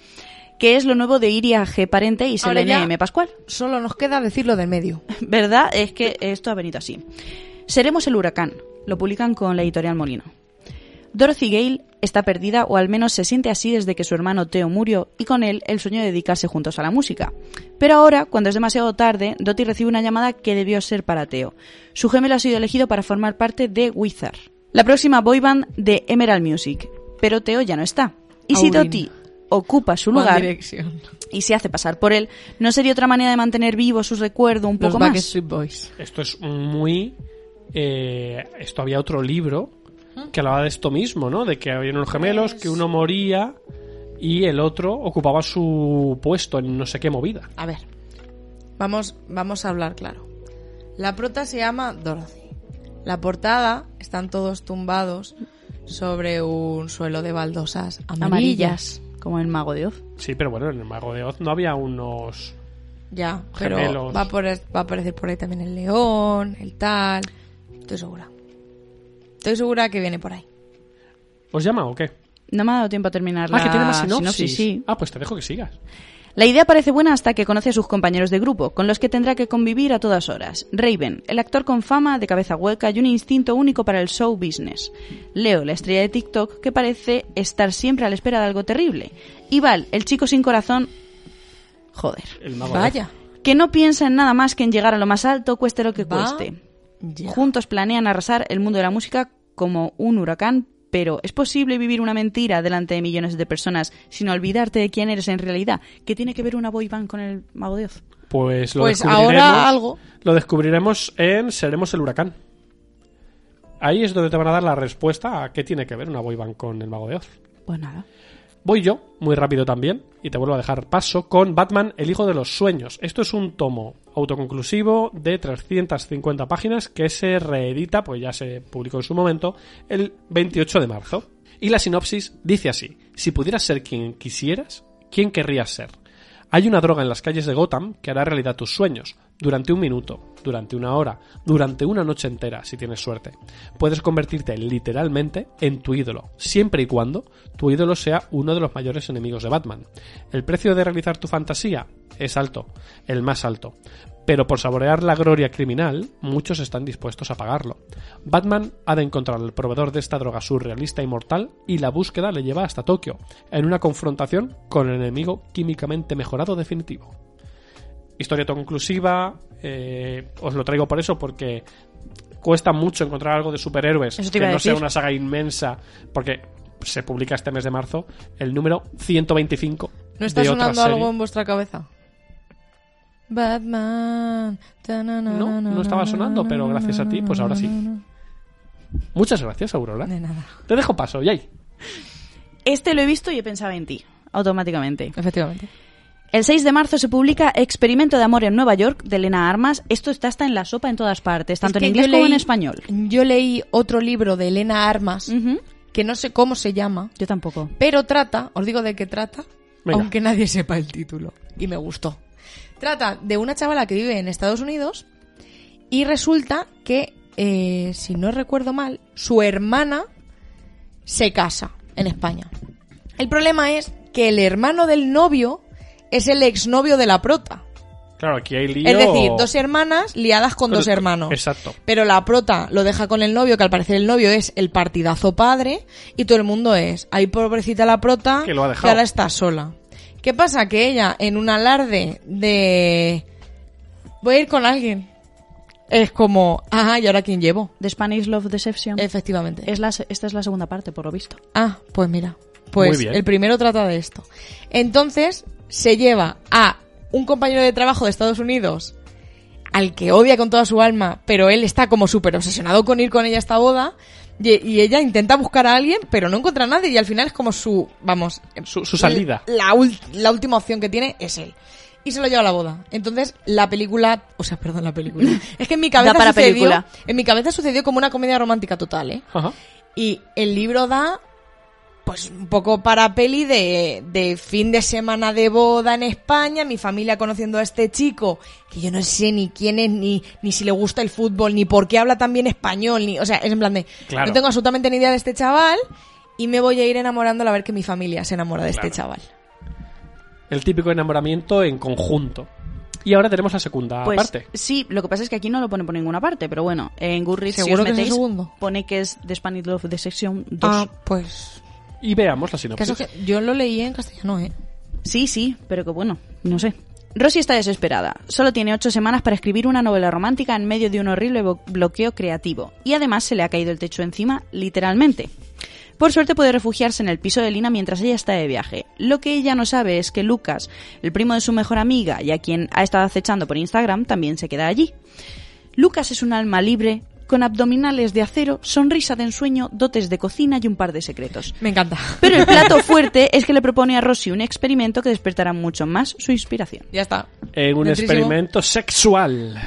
A: Que es lo nuevo de Iria G. Parente y
C: Ahora
A: Selene
C: ya.
A: M. Pascual.
C: Solo nos queda decir lo del medio.
A: ¿Verdad? Es que esto ha venido así. Seremos el huracán. Lo publican con la editorial Molino. Dorothy Gale está perdida o al menos se siente así desde que su hermano Theo murió y con él el sueño de dedicarse juntos a la música. Pero ahora, cuando es demasiado tarde, Dottie recibe una llamada que debió ser para Theo. Su gemelo ha sido elegido para formar parte de Wizard, la próxima boyband de Emerald Music. Pero Theo ya no está. Y si
C: Aurin.
A: Dottie ocupa su
C: One
A: lugar
C: Direction.
A: y se hace pasar por él, ¿no sería otra manera de mantener vivo su recuerdo un
C: Los
A: poco más?
C: Backstreet Boys.
B: Esto es muy. eh, esto había otro libro que hablaba de esto mismo, ¿no? De que había unos gemelos,
C: Pues
B: que uno moría y el otro ocupaba su puesto en no sé qué movida.
C: A ver, vamos, vamos a hablar claro. La prota se llama Dorothy. La portada están todos tumbados sobre un suelo de baldosas amarillas.
A: amarillas, como el mago de Oz.
B: Sí, pero bueno, en el Mago de Oz no había unos.
C: Ya, pero
B: Gemelos.
C: va a, por- va a aparecer por ahí también el león, el tal. Estoy segura. Estoy segura que viene por ahí.
B: ¿Os llama o qué?
A: No me ha dado tiempo a terminar
B: Ah,
A: la
B: que tiene más sinopsis.
A: sí.
B: Ah, pues te dejo que sigas.
A: La idea parece buena hasta que conoce a sus compañeros de grupo, con los que tendrá que convivir a todas horas. Raven, el actor con fama, de cabeza hueca y un instinto único para el show business. Leo, la estrella de TikTok, que parece estar siempre a la espera de algo terrible. Y Val, el chico sin corazón... Joder.
B: El Mago de Oz.
C: Vaya.
A: Que no piensa en nada más que en llegar a lo más alto, cueste lo que
C: Va-
A: cueste.
C: Ya.
A: Juntos planean arrasar el mundo de la música como un huracán, pero ¿es posible vivir una mentira delante de millones de personas sin olvidarte de quién eres en realidad? ¿Qué tiene que ver una boy band con el mago de Oz?
B: Pues lo
C: Pues
B: descubriremos.
C: ahora algo.
B: Lo descubriremos en Seremos el Huracán. Ahí es donde te van a dar la respuesta a qué tiene que ver una boyband con el Mago de Oz.
A: Pues nada.
B: Voy yo, muy rápido también, y te vuelvo a dejar paso con Batman, el hijo de los sueños. Esto es un tomo autoconclusivo de 350 páginas que se reedita, pues ya se publicó en su momento, el 28 de marzo. Y la sinopsis dice así, si pudieras ser quien quisieras, ¿quién querrías ser? Hay una droga en las calles de Gotham que hará realidad tus sueños, durante un minuto, durante una hora, durante una noche entera, si tienes suerte. Puedes convertirte literalmente en tu ídolo, siempre y cuando tu ídolo sea uno de los mayores enemigos de Batman. El precio de realizar tu fantasía es alto, el más alto. Pero por saborear la gloria criminal, muchos están dispuestos a pagarlo. Batman ha de encontrar al proveedor de esta droga surrealista y mortal y la búsqueda le lleva hasta Tokio, en una confrontación con el enemigo químicamente mejorado definitivo. Historia conclusiva, eh, os lo traigo por eso porque cuesta mucho encontrar algo de superhéroes
A: Eso te
B: que
A: iba a
B: no sea
A: decir.
B: una saga inmensa, porque se publica este mes de marzo el número 125
C: ¿No está
B: de otra
C: sonando
B: serie.
C: algo en vuestra cabeza? Batman.
B: No, no estaba sonando, pero gracias a ti, pues ahora sí. Muchas gracias, Aurora.
C: De nada.
B: Te dejo paso, Yay.
A: Este lo he visto y he pensado en ti, automáticamente.
C: Efectivamente.
A: El 6 de marzo se publica Experimento de Amor en Nueva York de Elena Armas. Esto está hasta en la sopa en todas partes, tanto
C: Es que
A: en inglés
C: yo
A: como en
C: leí-
A: español.
C: Yo leí otro libro de Elena Armas,
A: Ujú.
C: que no sé cómo se llama,
A: Yo tampoco.
C: pero trata, os digo de qué trata,
B: Venga.
C: aunque nadie sepa el título. Y me gustó. Trata de una chavala que vive en Estados Unidos y resulta que, eh, si no recuerdo mal, su hermana se casa en España. El problema es que el hermano del novio es el exnovio de la prota.
B: Claro, aquí hay lío.
C: Es decir, dos hermanas liadas con dos hermanos.
B: Exacto.
C: Pero la prota lo deja con el novio, que al parecer el novio es el partidazo padre, y todo el mundo es, ahí pobrecita la prota,
B: Que lo ha dejado.
C: ahora está sola. ¿Qué pasa? Que ella, en un alarde de... Voy a ir con alguien. Es como, ajá, ¿y ahora quién llevo?
A: The Spanish Love Deception.
C: Efectivamente.
A: Es la, se- esta es la segunda parte, por lo visto.
C: Ah, pues mira.
B: Muy
C: Pues
B: bien.
C: el primero trata de esto. Entonces, se lleva a un compañero de trabajo de Estados Unidos, al que odia con toda su alma, pero él está como súper obsesionado con ir con ella a esta boda, y, y ella intenta buscar a alguien, pero no encuentra a nadie, y al final es como su, vamos,
B: Su- su salida.
C: La, ul- la última opción que tiene es él. Y se lo lleva a la boda. Entonces, la película, o sea, perdón, la película. Es que en mi cabeza
A: para
C: sucedió,
A: película.
C: en mi cabeza sucedió como una comedia romántica total, ¿eh?
B: Ajá.
C: Y el libro da, pues, un poco para peli de, de fin de semana de boda en España, mi familia conociendo a este chico, que yo no sé ni quién es, ni, ni si le gusta el fútbol, ni por qué habla tan bien español, ni, o sea, es en plan de,
B: Claro.
C: no tengo absolutamente ni idea de este chaval, y me voy a ir enamorándola a ver que mi familia se enamora de este chaval.
B: El típico enamoramiento en conjunto. Y ahora tenemos la segunda
A: Pues
B: parte.
A: sí, lo que pasa es que aquí no lo pone por ninguna parte, pero bueno, en Goodreads si
C: Seguro
A: os
C: que es el
A: metéis,
C: segundo.
A: pone que es The Spanish Love Deception 2.
C: Ah, pues,
B: Y veamos la
C: que eso
B: sinopsis.
C: que yo lo leí en castellano, ¿eh?
A: Sí, sí, pero que bueno, no sé. Rosy está desesperada. Solo tiene ocho semanas para escribir una novela romántica en medio de un horrible bo- bloqueo creativo. Y además se le ha caído el techo encima, literalmente. Por suerte puede refugiarse en el piso de Lina mientras ella está de viaje. Lo que ella no sabe es que Lucas, el primo de su mejor amiga y a quien ha estado acechando por Instagram, también se queda allí. Lucas es un alma libre, con abdominales de acero, sonrisa de ensueño, dotes de cocina y un par de secretos.
C: Me encanta.
A: Pero el plato fuerte es que le propone a Rosy un experimento que despertará mucho más su inspiración.
C: Ya está.
B: En un
C: Dentrísimo.
B: experimento sexual.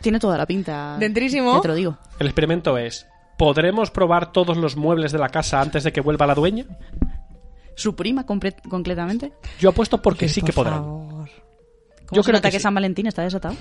A: Tiene toda la pinta.
C: Dentrísimo.
A: Ya te lo digo.
B: El experimento es: ¿podremos probar todos los muebles de la casa antes de que vuelva la dueña?
A: Su prima comple- completamente.
B: Yo apuesto porque
C: Oye,
B: sí
C: por
B: que podrán.
C: favor.
A: ¿Cómo
B: Yo
A: se
B: creo
A: nota
B: que
A: que,
B: sí.
A: San Valentín está desatado?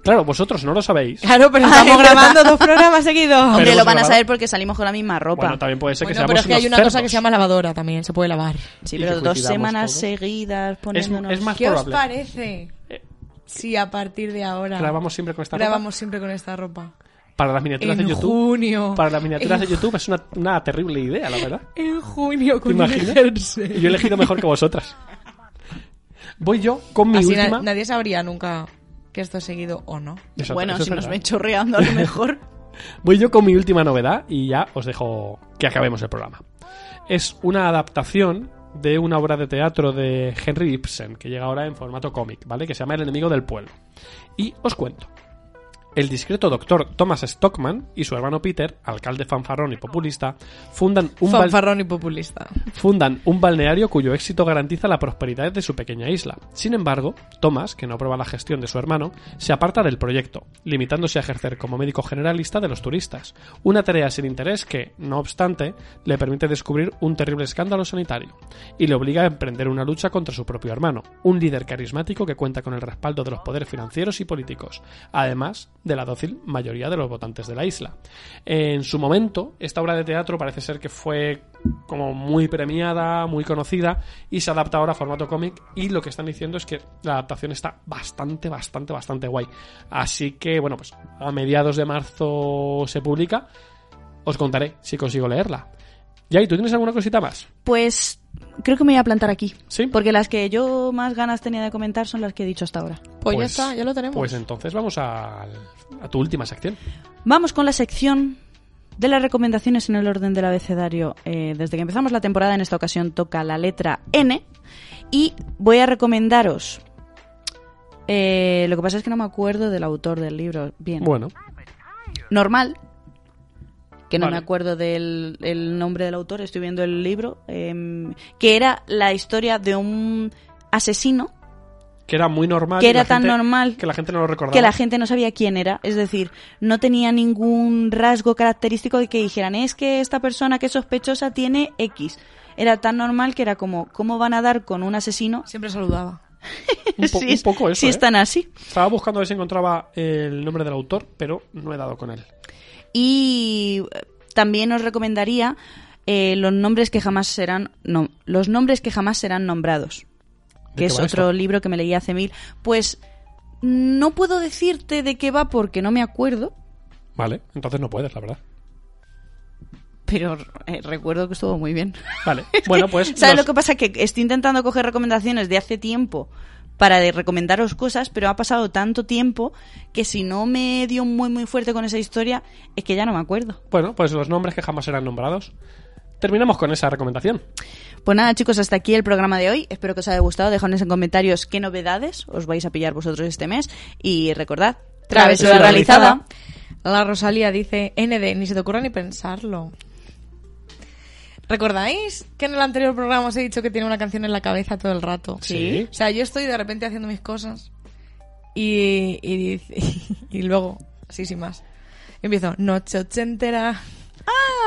B: Claro, vosotros no lo sabéis.
C: Claro, pero
A: Ay,
C: estamos
A: ¿verdad?
C: grabando dos programas seguidos.
A: Hombre,
B: hemos
A: lo van a
B: grabado.
A: saber porque salimos con la misma ropa.
B: Bueno, también puede ser que
C: Bueno,
B: seamos
C: pero es que hay
B: unos
C: una cosa que
B: cerdos.
C: se llama lavadora también, se puede lavar.
A: sí,
B: y
A: pero
B: que
A: dos
B: coincidamos
A: semanas
B: todos.
A: seguidas poniéndonos.
B: es más-
C: ¿Qué os
B: probable.
C: parece
B: Eh,
C: si a partir de ahora
B: Grabamos siempre con esta ropa.
C: grabamos siempre con esta ropa?
B: Para las miniaturas
C: En
B: de YouTube.
C: junio.
B: Para las miniaturas de
C: En-
B: YouTube es una, una terrible idea, la verdad.
C: En junio
B: ¿Te
C: con un
B: imaginas?
C: jersey.
B: Yo he elegido mejor que vosotras. Voy yo con mi
C: Así na-
B: última.
C: nadie sabría nunca que esto es seguido o no.
B: Eso-
A: bueno,
B: eso es
A: si nos
B: verdad.
A: ven chorreando a lo mejor.
B: Voy yo con mi última novedad y ya os dejo que acabemos el programa. Es una adaptación de una obra de teatro de Henry Ibsen, que llega ahora en formato cómic, ¿vale? Que se llama El enemigo del pueblo. Y os cuento. El discreto doctor Thomas Stockman y su hermano Peter, alcalde fanfarrón y populista, fundan un, bal-
C: Fanfarrón y populista. Pues
B: fundan un balneario cuyo éxito garantiza la prosperidad de su pequeña isla. Sin embargo, Thomas, que no aprueba la gestión de su hermano, se aparta del proyecto, limitándose a ejercer como médico generalista de los turistas, una tarea sin interés que, no obstante, le permite descubrir un terrible escándalo sanitario y le obliga a emprender una lucha contra su propio hermano, un líder carismático que cuenta con el respaldo de los poderes financieros y políticos, además de la dócil mayoría de los votantes de la isla. En su momento, esta obra de teatro parece ser que fue como muy premiada, muy conocida, y se adapta ahora a formato cómic, y lo que están diciendo es que la adaptación está bastante, bastante, bastante guay. Así que, bueno, pues a mediados de marzo se publica, os contaré si consigo leerla. Yay, ¿tú tienes alguna cosita más?
A: Pues creo que me voy a plantar aquí.
B: Sí.
A: Porque las que yo más ganas tenía de comentar son las que he dicho hasta ahora.
C: Pues, ya está, ya lo tenemos.
B: Pues entonces vamos al- a, tu última sección.
A: Vamos con la sección de las recomendaciones en el orden del abecedario. Eh, desde que empezamos la temporada, en esta ocasión toca la letra N. Y voy a recomendaros. eh, lo que pasa es que no me acuerdo del autor del libro. Bien.
B: Bueno,
A: Normal. Que no
B: Vale.
A: me acuerdo del el nombre del autor, estoy viendo el libro. em, que era la historia de un asesino
B: que era muy normal.
A: Que
B: y
A: era
B: la gente-
A: tan normal
B: Que la gente no lo recordaba.
A: que la gente no sabía quién era, es decir, no tenía ningún rasgo característico de que dijeran, es que esta persona que es sospechosa tiene X. Era tan normal que era como, ¿cómo van a dar con un asesino?
C: Siempre saludaba.
B: Un, po-
A: si
B: un
A: es-
B: poco eso.
A: si
B: ¿eh?
A: están así.
B: Estaba buscando a ver si encontraba el nombre del autor, pero no he dado con él.
A: Y eh, también os recomendaría eh, los nombres que jamás serán, no, los nombres que jamás serán nombrados. que
B: qué
A: es
B: va
A: otro
B: esto?
A: libro que me leí hace mil. Pues no puedo decirte de qué va porque no me acuerdo,
B: Vale, entonces no puedes, la verdad.
A: pero eh, recuerdo que estuvo muy bien.
B: Vale, bueno, pues.
A: ¿Sabes
B: los-
A: lo que pasa? Que estoy intentando coger recomendaciones de hace tiempo para de recomendaros cosas, pero ha pasado tanto tiempo que si no me dio muy muy fuerte con esa historia, es que ya no me acuerdo.
B: Bueno, pues los nombres que jamás serán nombrados. Terminamos con esa recomendación.
A: Pues nada, chicos, hasta aquí el programa de hoy. Espero que os haya gustado. Dejadnos en comentarios qué novedades os vais a pillar vosotros este mes. Y recordad,
C: Travesura
A: travesura realizada.
C: realizada. La Rosalía dice, ND, ni se te ocurra ni pensarlo. ¿Recordáis que en el anterior programa os he dicho que tiene una canción en la cabeza todo el rato?
A: Sí.
C: O sea, yo estoy de repente haciendo mis cosas y, y, dice- y luego, así sin más, empiezo, noche ochentera,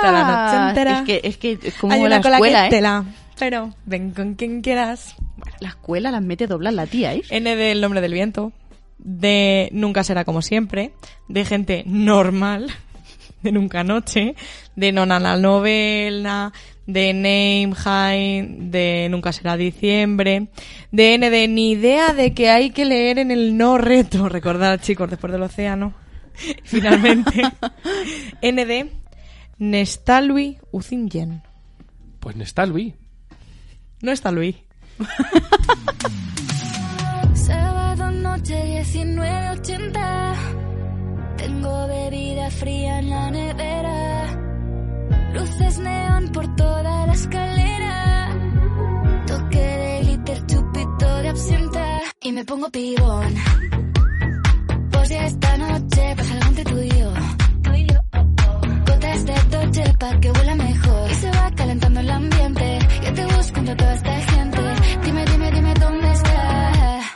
C: toda la noche entera.
A: Ah, es que es que como
C: Hay
A: la
C: una cola que
A: escuela, ¿eh?
C: tela, pero ven con quien quieras.
A: La escuela las mete doblar la tía, ¿eh?
C: N del nombre del viento, de Nunca será como siempre, de gente normal, de Nunca Noche, de Nona la novela, de Name High, de Nunca será diciembre, de N de Ni idea de que hay que leer en el no reto, recordad chicos, después del océano. Finalmente, N de Nestalui Uzingen.
B: Pues Nestalvi.
C: No está Luis.
D: Sábado noche 1980. Tengo bebida fría en la nevera. Luces neón por toda la escalera. Toque de glitter, chupito de absenta. Y me pongo pibón. Pues ya esta noche pasa algo entre tú y yo. Gotas de toche para que huela mejor. Y se va calentando el ambiente. Yo te busco entre toda esta gente. Dime, dime, dime dónde está.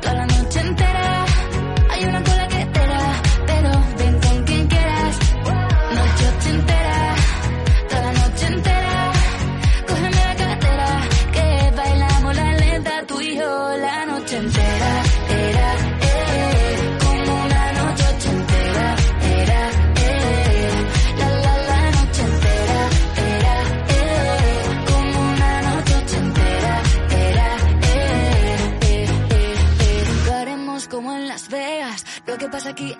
D: toda la noche entera. Hay una cola que te da, pero ven con quien quieras. Noche ochentera, toda la noche entera. Cógeme la cartera, que bailamos la lenta tú y yo la noche entera. Era, eh, como una noche ochentera. Era, eh, la la la noche entera. Era, eh, como una noche ochentera. Era, eh, eh, eh, eh. Lo haremos como en Las Vegas. Lo que pasa aquí,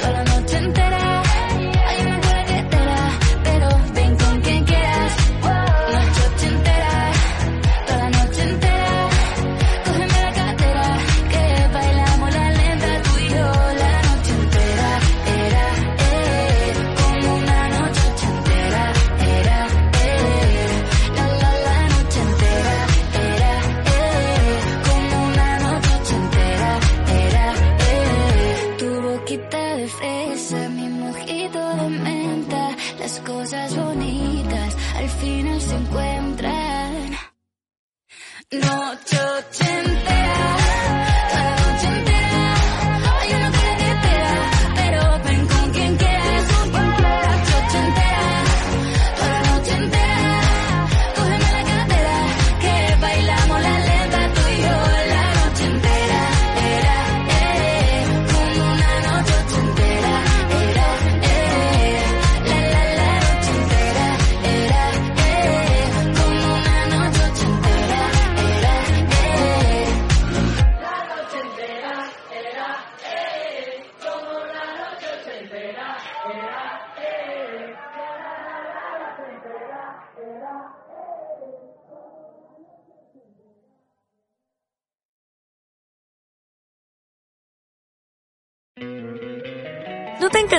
D: toda la noche entera. Hay una cola que te da, pero ven con quien quieras. Noche ochentera, toda la noche entera. Cógeme la cadera, que bailamos la lenta tú y yo la noche entera. Era, eh, como una noche ochentera. Era, eh, la la la noche entera. Era, eh, como una noche ochentera. Era, eh, tu boquita de fresa, mi mojito de menta. Las cosas bonitas al final se encuentran. Noche ochentera, toda noche entera. Hay una cola que te da, pero ven con quien quieras. Noche ochentera, toda noche entera. Cógeme la cadera, que bailamos la lenta tú y yo la noche entera. Era, eh, como una noche ochentera. Era, eh, la la la noche entera. Era, eh, como una noche ochentera. Era, eh.
E: ¿No te